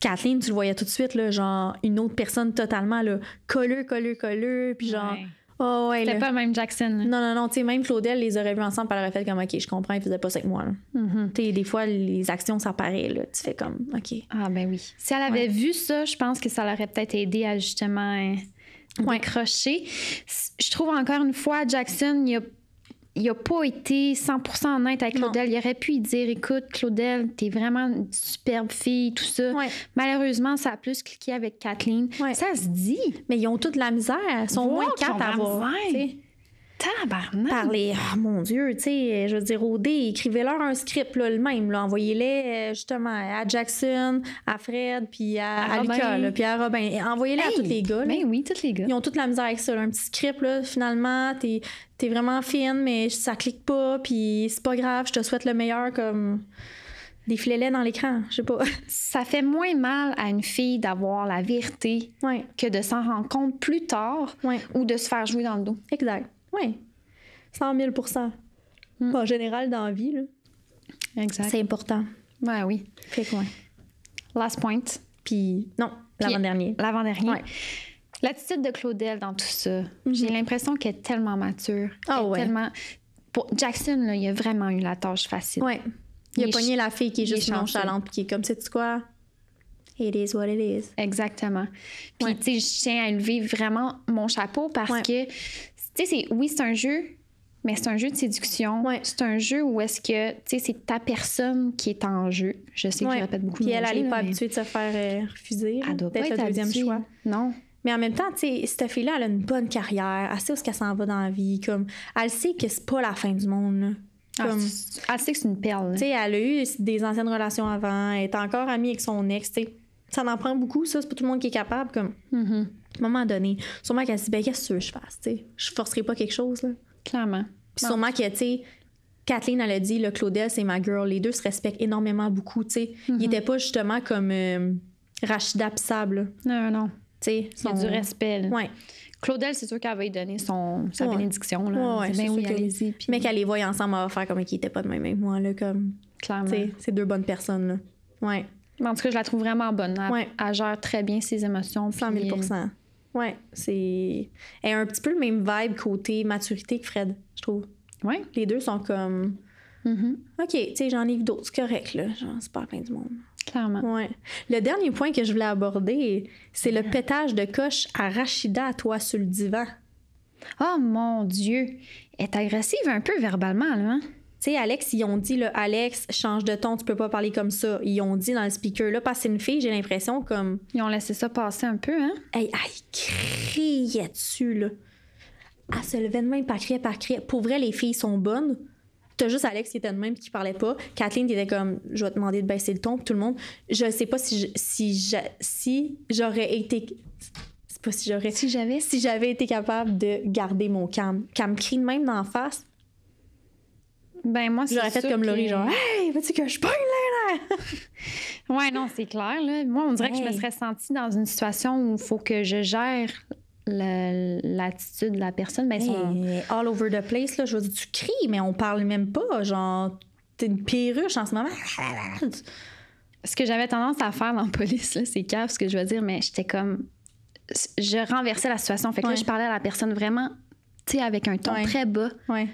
Kathleen, tu le voyais tout de suite, là, genre une autre personne totalement là, colleux, colleux, colleux, puis genre, Ouais. oh ouais, C'était là. pas le même Jackson. là. Non, non, non, tu sais, même Claudel les aurait vus ensemble, puis elle aurait fait comme, OK, je comprends, il faisait pas ça avec moi. là. Mhm. Tu sais, des fois, les actions, ça paraît, là. Tu fais comme, OK. Ah ben oui. Si elle avait vu ça, je pense que ça l'aurait peut-être aidé à justement euh, Ouais. décrocher. S- Je trouve encore une fois, Jackson, il a, il a pas été 100% honnête avec Non. Claudel. Il aurait pu lui dire, écoute, Claudel, t'es vraiment une superbe fille, tout ça. Ouais. Malheureusement, ça a plus cliqué avec Kathleen. Ouais. Ça se dit. Mais ils ont toute la misère. Ils sont Wow, moins ils sont quatre à dans la avoir. misère. tu sais. Tabarnak. Parler, Ah, mon Dieu, tu sais, je veux dire, au dé, écrivez-leur un script, là, le même, là, envoyez-les euh, justement à Jackson, à Fred, puis à, À à Lucas, Robin. là, puis à Robin. Et Envoyez-les à Hey, tous les gars. là. Ben oui, tous les gars. Ils ont toute la misère avec ça, là, un petit script, là, finalement, t'es es vraiment fine, mais ça clique pas, puis c'est pas grave, je te souhaite le meilleur, comme... Défilez-les dans l'écran, je sais pas. Ça fait moins mal à une fille d'avoir la vérité ouais, que de s'en rendre compte plus tard ouais. ou de se faire jouer dans le dos. Exact. Ouais. 100 000 Mm. En général, dans la vie, là, Exact. c'est important. Ouais, ben oui. Fait que, ouais. Last point, Puis, non, Puis- l'avant-dernier. l'avant-dernier. Ouais. Mhm. L'attitude de Claudel dans tout ça, j'ai l'impression qu'elle est tellement mature. Ah elle est ouais. Tellement... Pour Jackson, là, il a vraiment eu la tâche facile. Ouais. Il, Il est a pogné la fille qui est il est juste chanceux. nonchalante puis qui est comme, sais-tu quoi? It is what it is. Exactement. Puis, Ouais. tu sais, je tiens à lever vraiment mon chapeau parce Ouais. que, tu sais, c'est- oui, c'est un jeu, mais c'est un jeu de séduction. Ouais. C'est un jeu où est-ce que, tu sais, c'est ta personne qui est en jeu. Je sais que Ouais. je répète beaucoup Puis de elle, mots elle jeux, n'est là, pas mais habituée de se faire euh, refuser. là. Elle doit pas Peut-être être le deuxième habituée. choix. Non. Mais en même temps, tu sais, cette fille-là, elle a une bonne carrière. Elle sait où est-ce qu'elle s'en va dans la vie. Comme, elle sait que c'est pas la fin du monde. là. Ah, Comme, c'est- elle sait que c'est une perle. hein. là. tu sais, elle a eu des anciennes relations avant. Elle est encore amie avec son ex. tu sais. Ça en prend beaucoup, ça. C'est pas tout le monde qui est capable. Comme, Mhm. à un moment donné, sûrement qu'elle se dit, ben, qu'est-ce que tu veux que je fasse? tu sais? Je forcerai pas quelque chose. Là. Clairement. Puis Non. sûrement que, tu sais, Kathleen, elle a dit, le Claudel, c'est ma girl. Les deux se respectent énormément beaucoup, tu sais. Mhm. Ils étaient pas justement comme euh, Rachida pis Sab, là. Tu Non, non. sais, C'est du respect. là. Ouais. Claudel, c'est sûr qu'elle va lui donner son, sa Ouais. bénédiction. Là. Ouais, ouais, Elle dit, c'est ben oui, sûr que oui. allez-y. Puis, Mais qu'elle les voit ensemble, elle va faire comme qu'ils étaient pas de même avec moi, là. Comme, tu clairement. sais, c'est deux bonnes personnes, là. Ouais, Mais en tout cas, je la trouve vraiment bonne. Elle, Ouais. elle gère très bien ses émotions. 100 000 puis, euh, Ouais. Ouais, c'est. Elle a un petit peu le même vibe côté maturité que Fred, je trouve. euh, Ouais. Les deux sont comme. Mhm. OK, tu sais, j'en ai vu d'autres, c'est correct, là. Genre, c'est pas la fin du monde. Clairement. Ouais. Le dernier point que je voulais aborder, c'est le pétage de coche à Rachida, toi, sur le divan. Oh mon Dieu. Elle est agressive un peu verbalement, là. hein? Tu sais, Alex, ils ont dit, là, Alex, change de ton, tu peux pas parler comme ça. Ils ont dit dans le speaker, là, parce que c'est une fille, j'ai l'impression comme, Ils ont laissé ça passer un peu, hein? hey, elle criait dessus, là. Elle se levait de même, par criait, par criait. Pour vrai, les filles sont bonnes. T'as juste Alex qui était de même puis qui parlait pas. Kathleen qui était comme, je vais te demander de baisser le ton, puis tout le monde. Je sais pas si je- si j'a- si j'aurais été. C'est pas si j'aurais. Si j'avais. si j'avais été capable de garder mon calme. Qu'elle me crie de même d'en face, Ben, moi, c'est j'aurais fait sûr comme Laurie, que- genre Hey, veux-tu que je pogne là? là? Ouais, non, c'est clair. Là. Moi, on dirait que je me Hey. serais sentie dans une situation où il faut que je gère le- l'attitude de la personne. Ben, son- Hey, all over the place, là, je veux dire, tu cries, mais on parle même pas. Genre, t'es une perruche en ce moment. Ce que j'avais tendance à faire dans la police, là, c'est cave ce que je veux dire, mais j'étais comme. Je renversais la situation. Fait que Ouais. là, je parlais à la personne vraiment, tu sais, avec un ton Ouais. très bas. Ouais,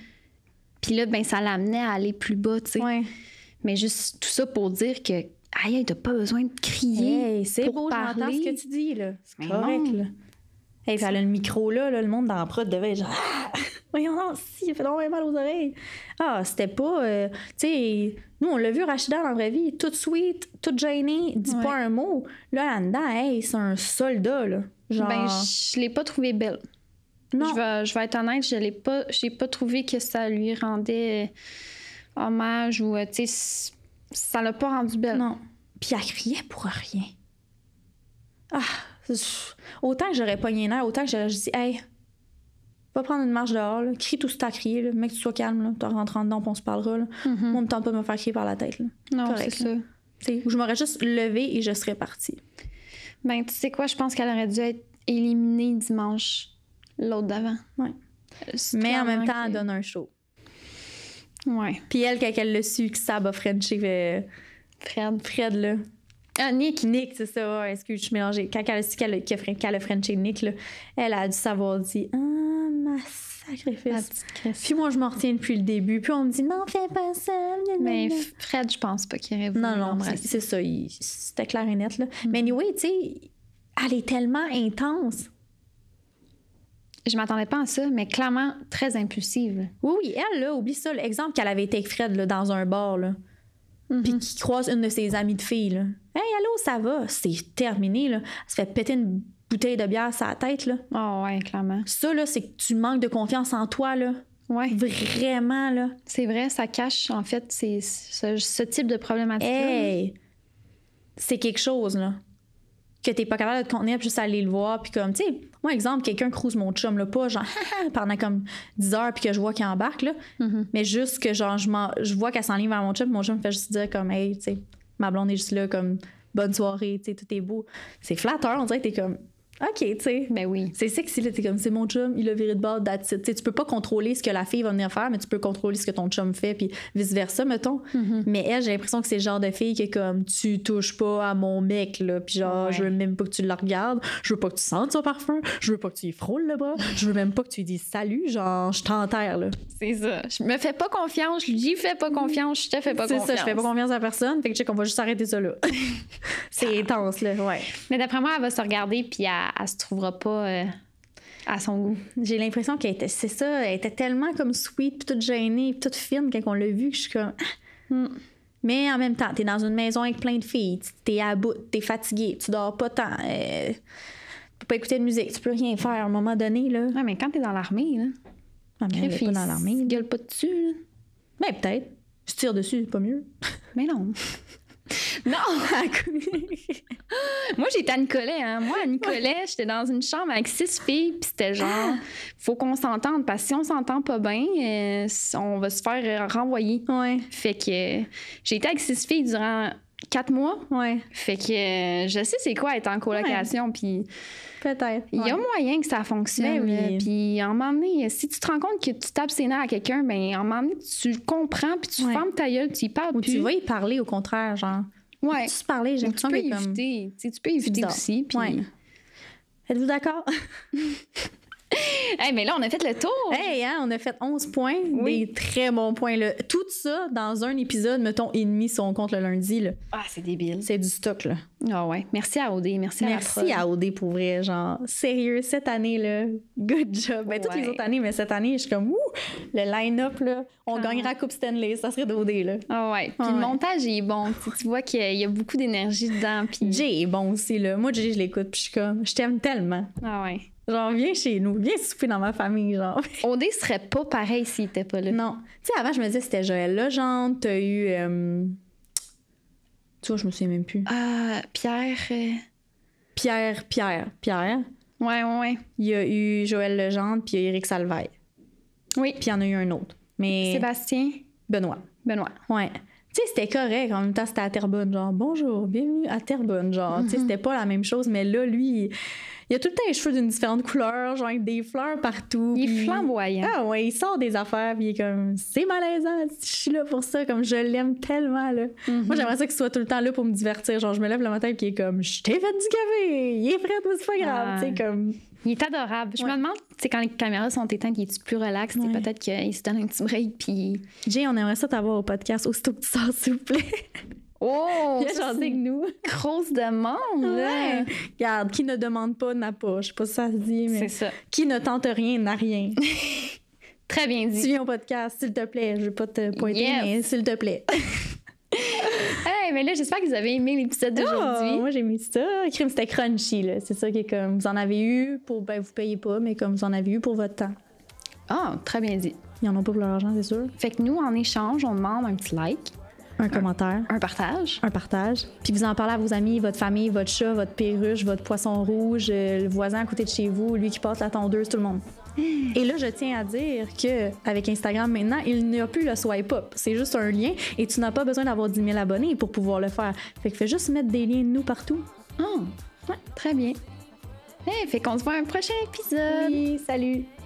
Puis là, ben, ça l'amenait à aller plus bas, tu sais. ouais. Mais juste tout ça pour dire que, aïe, aïe, t'as pas besoin de crier. Hey, c'est pour beau, j'entends parler. ce que tu dis, là. C'est Mais correct, non. là. Hey, puis elle a le micro là, là, le monde dans la prod devait être genre Ah! Voyons, non, si, il fait vraiment mal aux oreilles. Ah, c'était pas. euh, tu sais, nous, on l'a vu, Rachida, dans la vraie vie, toute sweet, toute gênée, dit Ouais. pas un mot. Là, là-dedans, hey, c'est un soldat, là. Genre. Ben, je l'ai pas trouvé belle. non. Je vais, je vais être honnête, je l'ai pas, j'ai pas trouvé que ça lui rendait euh, hommage ou euh, tu sais, c- ça l'a pas rendu belle. Non. Puis elle criait pour rien. Ah, pff, autant que j'aurais pogné l'air, autant que j'aurais juste dit, hey, va prendre une marche dehors, là. crie tout ce que t'as crié, là. mec, tu sois calme, là. t'en rentres dedans, puis on se parlera. Là. Mhm. Moi, on me tente pas de me faire crier par la tête. Là. Non, correct, c'est ça. Tu sais, Ou je m'aurais juste levée et je serais partie. Ben tu sais quoi, je pense qu'elle aurait dû être éliminée dimanche, l'autre d'avant. Ouais. Euh, c'est Mais en clairement même temps, que- elle donne un show. Ouais, Puis elle, quand elle le su, que Sab a Frenché euh, Fred. Fred, là. Ah Nick. Nick, c'est ça, ouais, excuse, je suis mélangée. Quand elle a su qu'elle a- qu'elle a fren- qu'elle a Frenché Nick, là, elle a dû savoir dire Ah, ma la sacrifice. petite Christine. Puis moi, je m'en retiens depuis le début. Puis on me dit, non, fais pas ça. blablabla. Mais F- Fred, je pense pas qu'il aurait voulu non, non, c'est l'embrasser. c'est ça. il- C'était clair et net. Là. Mm-hmm. Mais anyway, tu sais, elle est tellement intense. Je m'attendais pas à ça, mais clairement très impulsive. Oui, oui, elle, là, oublie ça. L'exemple qu'elle avait été avec Fred là, dans un bar, là, puis Puis qui croise une de ses amies de filles. Là. Hey, allô, ça va? C'est terminé. Là. Elle se fait péter une bouteille de bière sur la tête. Là. Oh ouais, clairement. Ça, là, c'est que tu manques de confiance en toi. Là. Ouais. Vraiment, là. C'est vrai, ça cache en fait c'est ce, ce type de problématique. Hey! C'est quelque chose, là. Que t'es pas capable de te contenir, puis juste aller le voir, puis comme, tu sais, moi, exemple, quelqu'un croise mon chum, là, pas genre, Ah, ah pendant comme 10 heures, puis que je vois qu'il embarque, là, mais juste que, genre, je, m'en- je vois qu'elle s'enligne vers mon chum, puis mon chum me fait juste dire, comme, hey, tu sais, ma blonde est juste là, comme, bonne soirée, tu sais, tout est beau. C'est flatteur, on dirait que t'es comme, OK, tu sais. Ben oui. C'est sexy, là, t'es comme, c'est mon chum, il a viré de bord, that's it. Tu sais, tu peux pas contrôler ce que la fille va venir faire, mais tu peux contrôler ce que ton chum fait, puis vice-versa, mettons. Mm-hmm. Mais elle, j'ai l'impression que c'est le genre de fille que comme tu touches pas à mon mec là, puis genre Ouais. je veux même pas que tu le regardes, je veux pas que tu sentes son parfum, je veux pas que tu y frôles le bras, je veux même pas que tu lui dises salut, genre je t'enterre là. C'est ça. Je me fais pas confiance, je lui fais pas confiance, je te fais pas Mm-hmm. C'est confiance. ça, je fais pas confiance à personne, fait que check, on va juste arrêter ça là. c'est intense là, ouais. Mais d'après moi, elle va se regarder puis elle, elle se trouvera pas euh, à son goût. J'ai l'impression qu'elle était c'est ça, elle était tellement comme sweet, puis toute gênée, puis toute fine quand on l'a vue que je suis comme Ah! Mm. mais en même temps, t'es dans une maison avec plein de filles, t- t'es à bout, t'es fatigué, tu dors pas tant, euh, tu peux pas écouter de musique, tu peux rien faire à un moment donné, là. Ouais, mais quand t'es dans l'armée, là, Ah, mais elle est crif, pas il dans l'armée. se gueule pas dessus. là. Mais peut-être. Je tire dessus, c'est pas mieux. Mais non. non. Moi, j'étais à Nicolet. Hein. Moi, à Nicolet, j'étais dans une chambre avec six filles, puis Ah! c'était genre, faut qu'on s'entende, parce que si on s'entend pas bien, euh, on va se faire euh, renvoyer. ouais, Fait que euh, j'ai été avec six filles durant quatre mois. ouais, Fait que euh, je sais c'est quoi être en colocation. Puis peut-être. il y a ouais. moyen que ça fonctionne. Ben oui. là. Puis à un moment donné, si tu te rends compte que tu tapes ses nerfs à quelqu'un, ben à un moment donné, tu le comprends, puis tu Ouais. fermes ta gueule, tu y parles Ou plus. tu vas y parler, au contraire, genre. Ouais. Tu se parler, j'ai Donc, tu l'impression peux que comme... éviter. Tu sais, tu peux éviter bizarre. aussi. Puis Ouais. Êtes-vous d'accord? Hey, mais là, on a fait le tour. Hey, hein, on a fait 11 points, oui. des très bons points. Là. Tout ça dans un épisode, mettons, et demi, si on compte le lundi. Là. Ah, c'est débile. C'est du stock, là. Ah ouais. Merci à OD, merci à Merci à, à OD pour vrai, genre, sérieux, cette année, là, good job. Ben, toutes ouais. les autres années, mais cette année, je suis comme, ouh, le line-up, là, on ah. gagnera la Coupe Stanley, ça serait d'OD, là. Ah ouais. Puis ah le ouais. montage, il est bon. tu, tu vois qu'il y, y a beaucoup d'énergie dedans. Puis... Jay est bon aussi, là. Moi, Jay, je l'écoute, puis je suis comme, je t'aime tellement. Ah ouais. Genre, viens chez nous, viens souper dans ma famille, genre. Odé serait pas pareil s'il était pas là. Non. Tu sais, avant, je me disais, c'était Joël Legendre, t'as eu. Euh... Tu vois, je me souviens même plus. Euh, Pierre. Euh... Pierre, Pierre, Pierre. Ouais, ouais, ouais. Il y a eu Joël Legendre, puis il y a Eric Salvaille. Oui. Puis il y en a eu un autre. Mais. Sébastien. Benoît. Benoît. Ouais. Tu sais, c'était correct. En même temps, c'était à Terrebonne, genre, bonjour, bienvenue à Terrebonne, genre. Mm -hmm. Tu sais, c'était pas la même chose, mais là, lui. Il a tout le temps les cheveux d'une différente couleur, genre avec des fleurs partout. Il est flamboyant. Ah ouais, il sort des affaires, puis il est comme c'est malaisant, je suis là pour ça, comme je l'aime tellement là. Mm -hmm. Moi j'aimerais ça qu'il soit tout le temps là pour me divertir, genre je me lève le matin puis il est comme je t'ai fait du café, il est frais, c'est pas grave, ah. tu sais comme. Il est adorable. Je ouais. me demande, c'est quand les caméras sont éteintes, il est plus relax, ouais. peut-être qu'il se donne un petit break puis. Jay, on aimerait ça t'avoir au podcast aussitôt que tu sors, s'il vous plaît. Oh, il a que nous. Grosse demande. Ouais. Là. Regarde, qui ne demande pas n'a pas. Je sais pas si ça se dit, mais ça. qui ne tente rien n'a rien. Très bien dit. Tu viens au podcast, s'il te plaît. Je vais pas te pointer, yes. mais s'il te plaît. hey, mais là, j'espère que vous avez aimé l'épisode d'aujourd'hui. Oh, moi, j'ai mis ça. Crime, c'était crunchy. C'est ça qui est comme vous en avez eu pour. Ben, vous payez pas, mais comme vous en avez eu pour votre temps. Ah, oh, très bien dit. Ils en ont pas pour leur argent, c'est sûr. Fait que nous, en échange, on demande un petit like. Un, un commentaire. Un partage. Un partage. Puis vous en parlez à vos amis, votre famille, votre chat, votre perruche, votre poisson rouge, euh, le voisin à côté de chez vous, lui qui porte la tondeuse, tout le monde. Et là, je tiens à dire que avec Instagram maintenant, il n'y a plus le swipe up. C'est juste un lien et tu n'as pas besoin d'avoir 10 000 abonnés pour pouvoir le faire. Fait que fais juste mettre des liens de nous partout. Ah, oh, ouais, très bien. Hey, fait qu'on se voit à un prochain épisode. Oui, salut.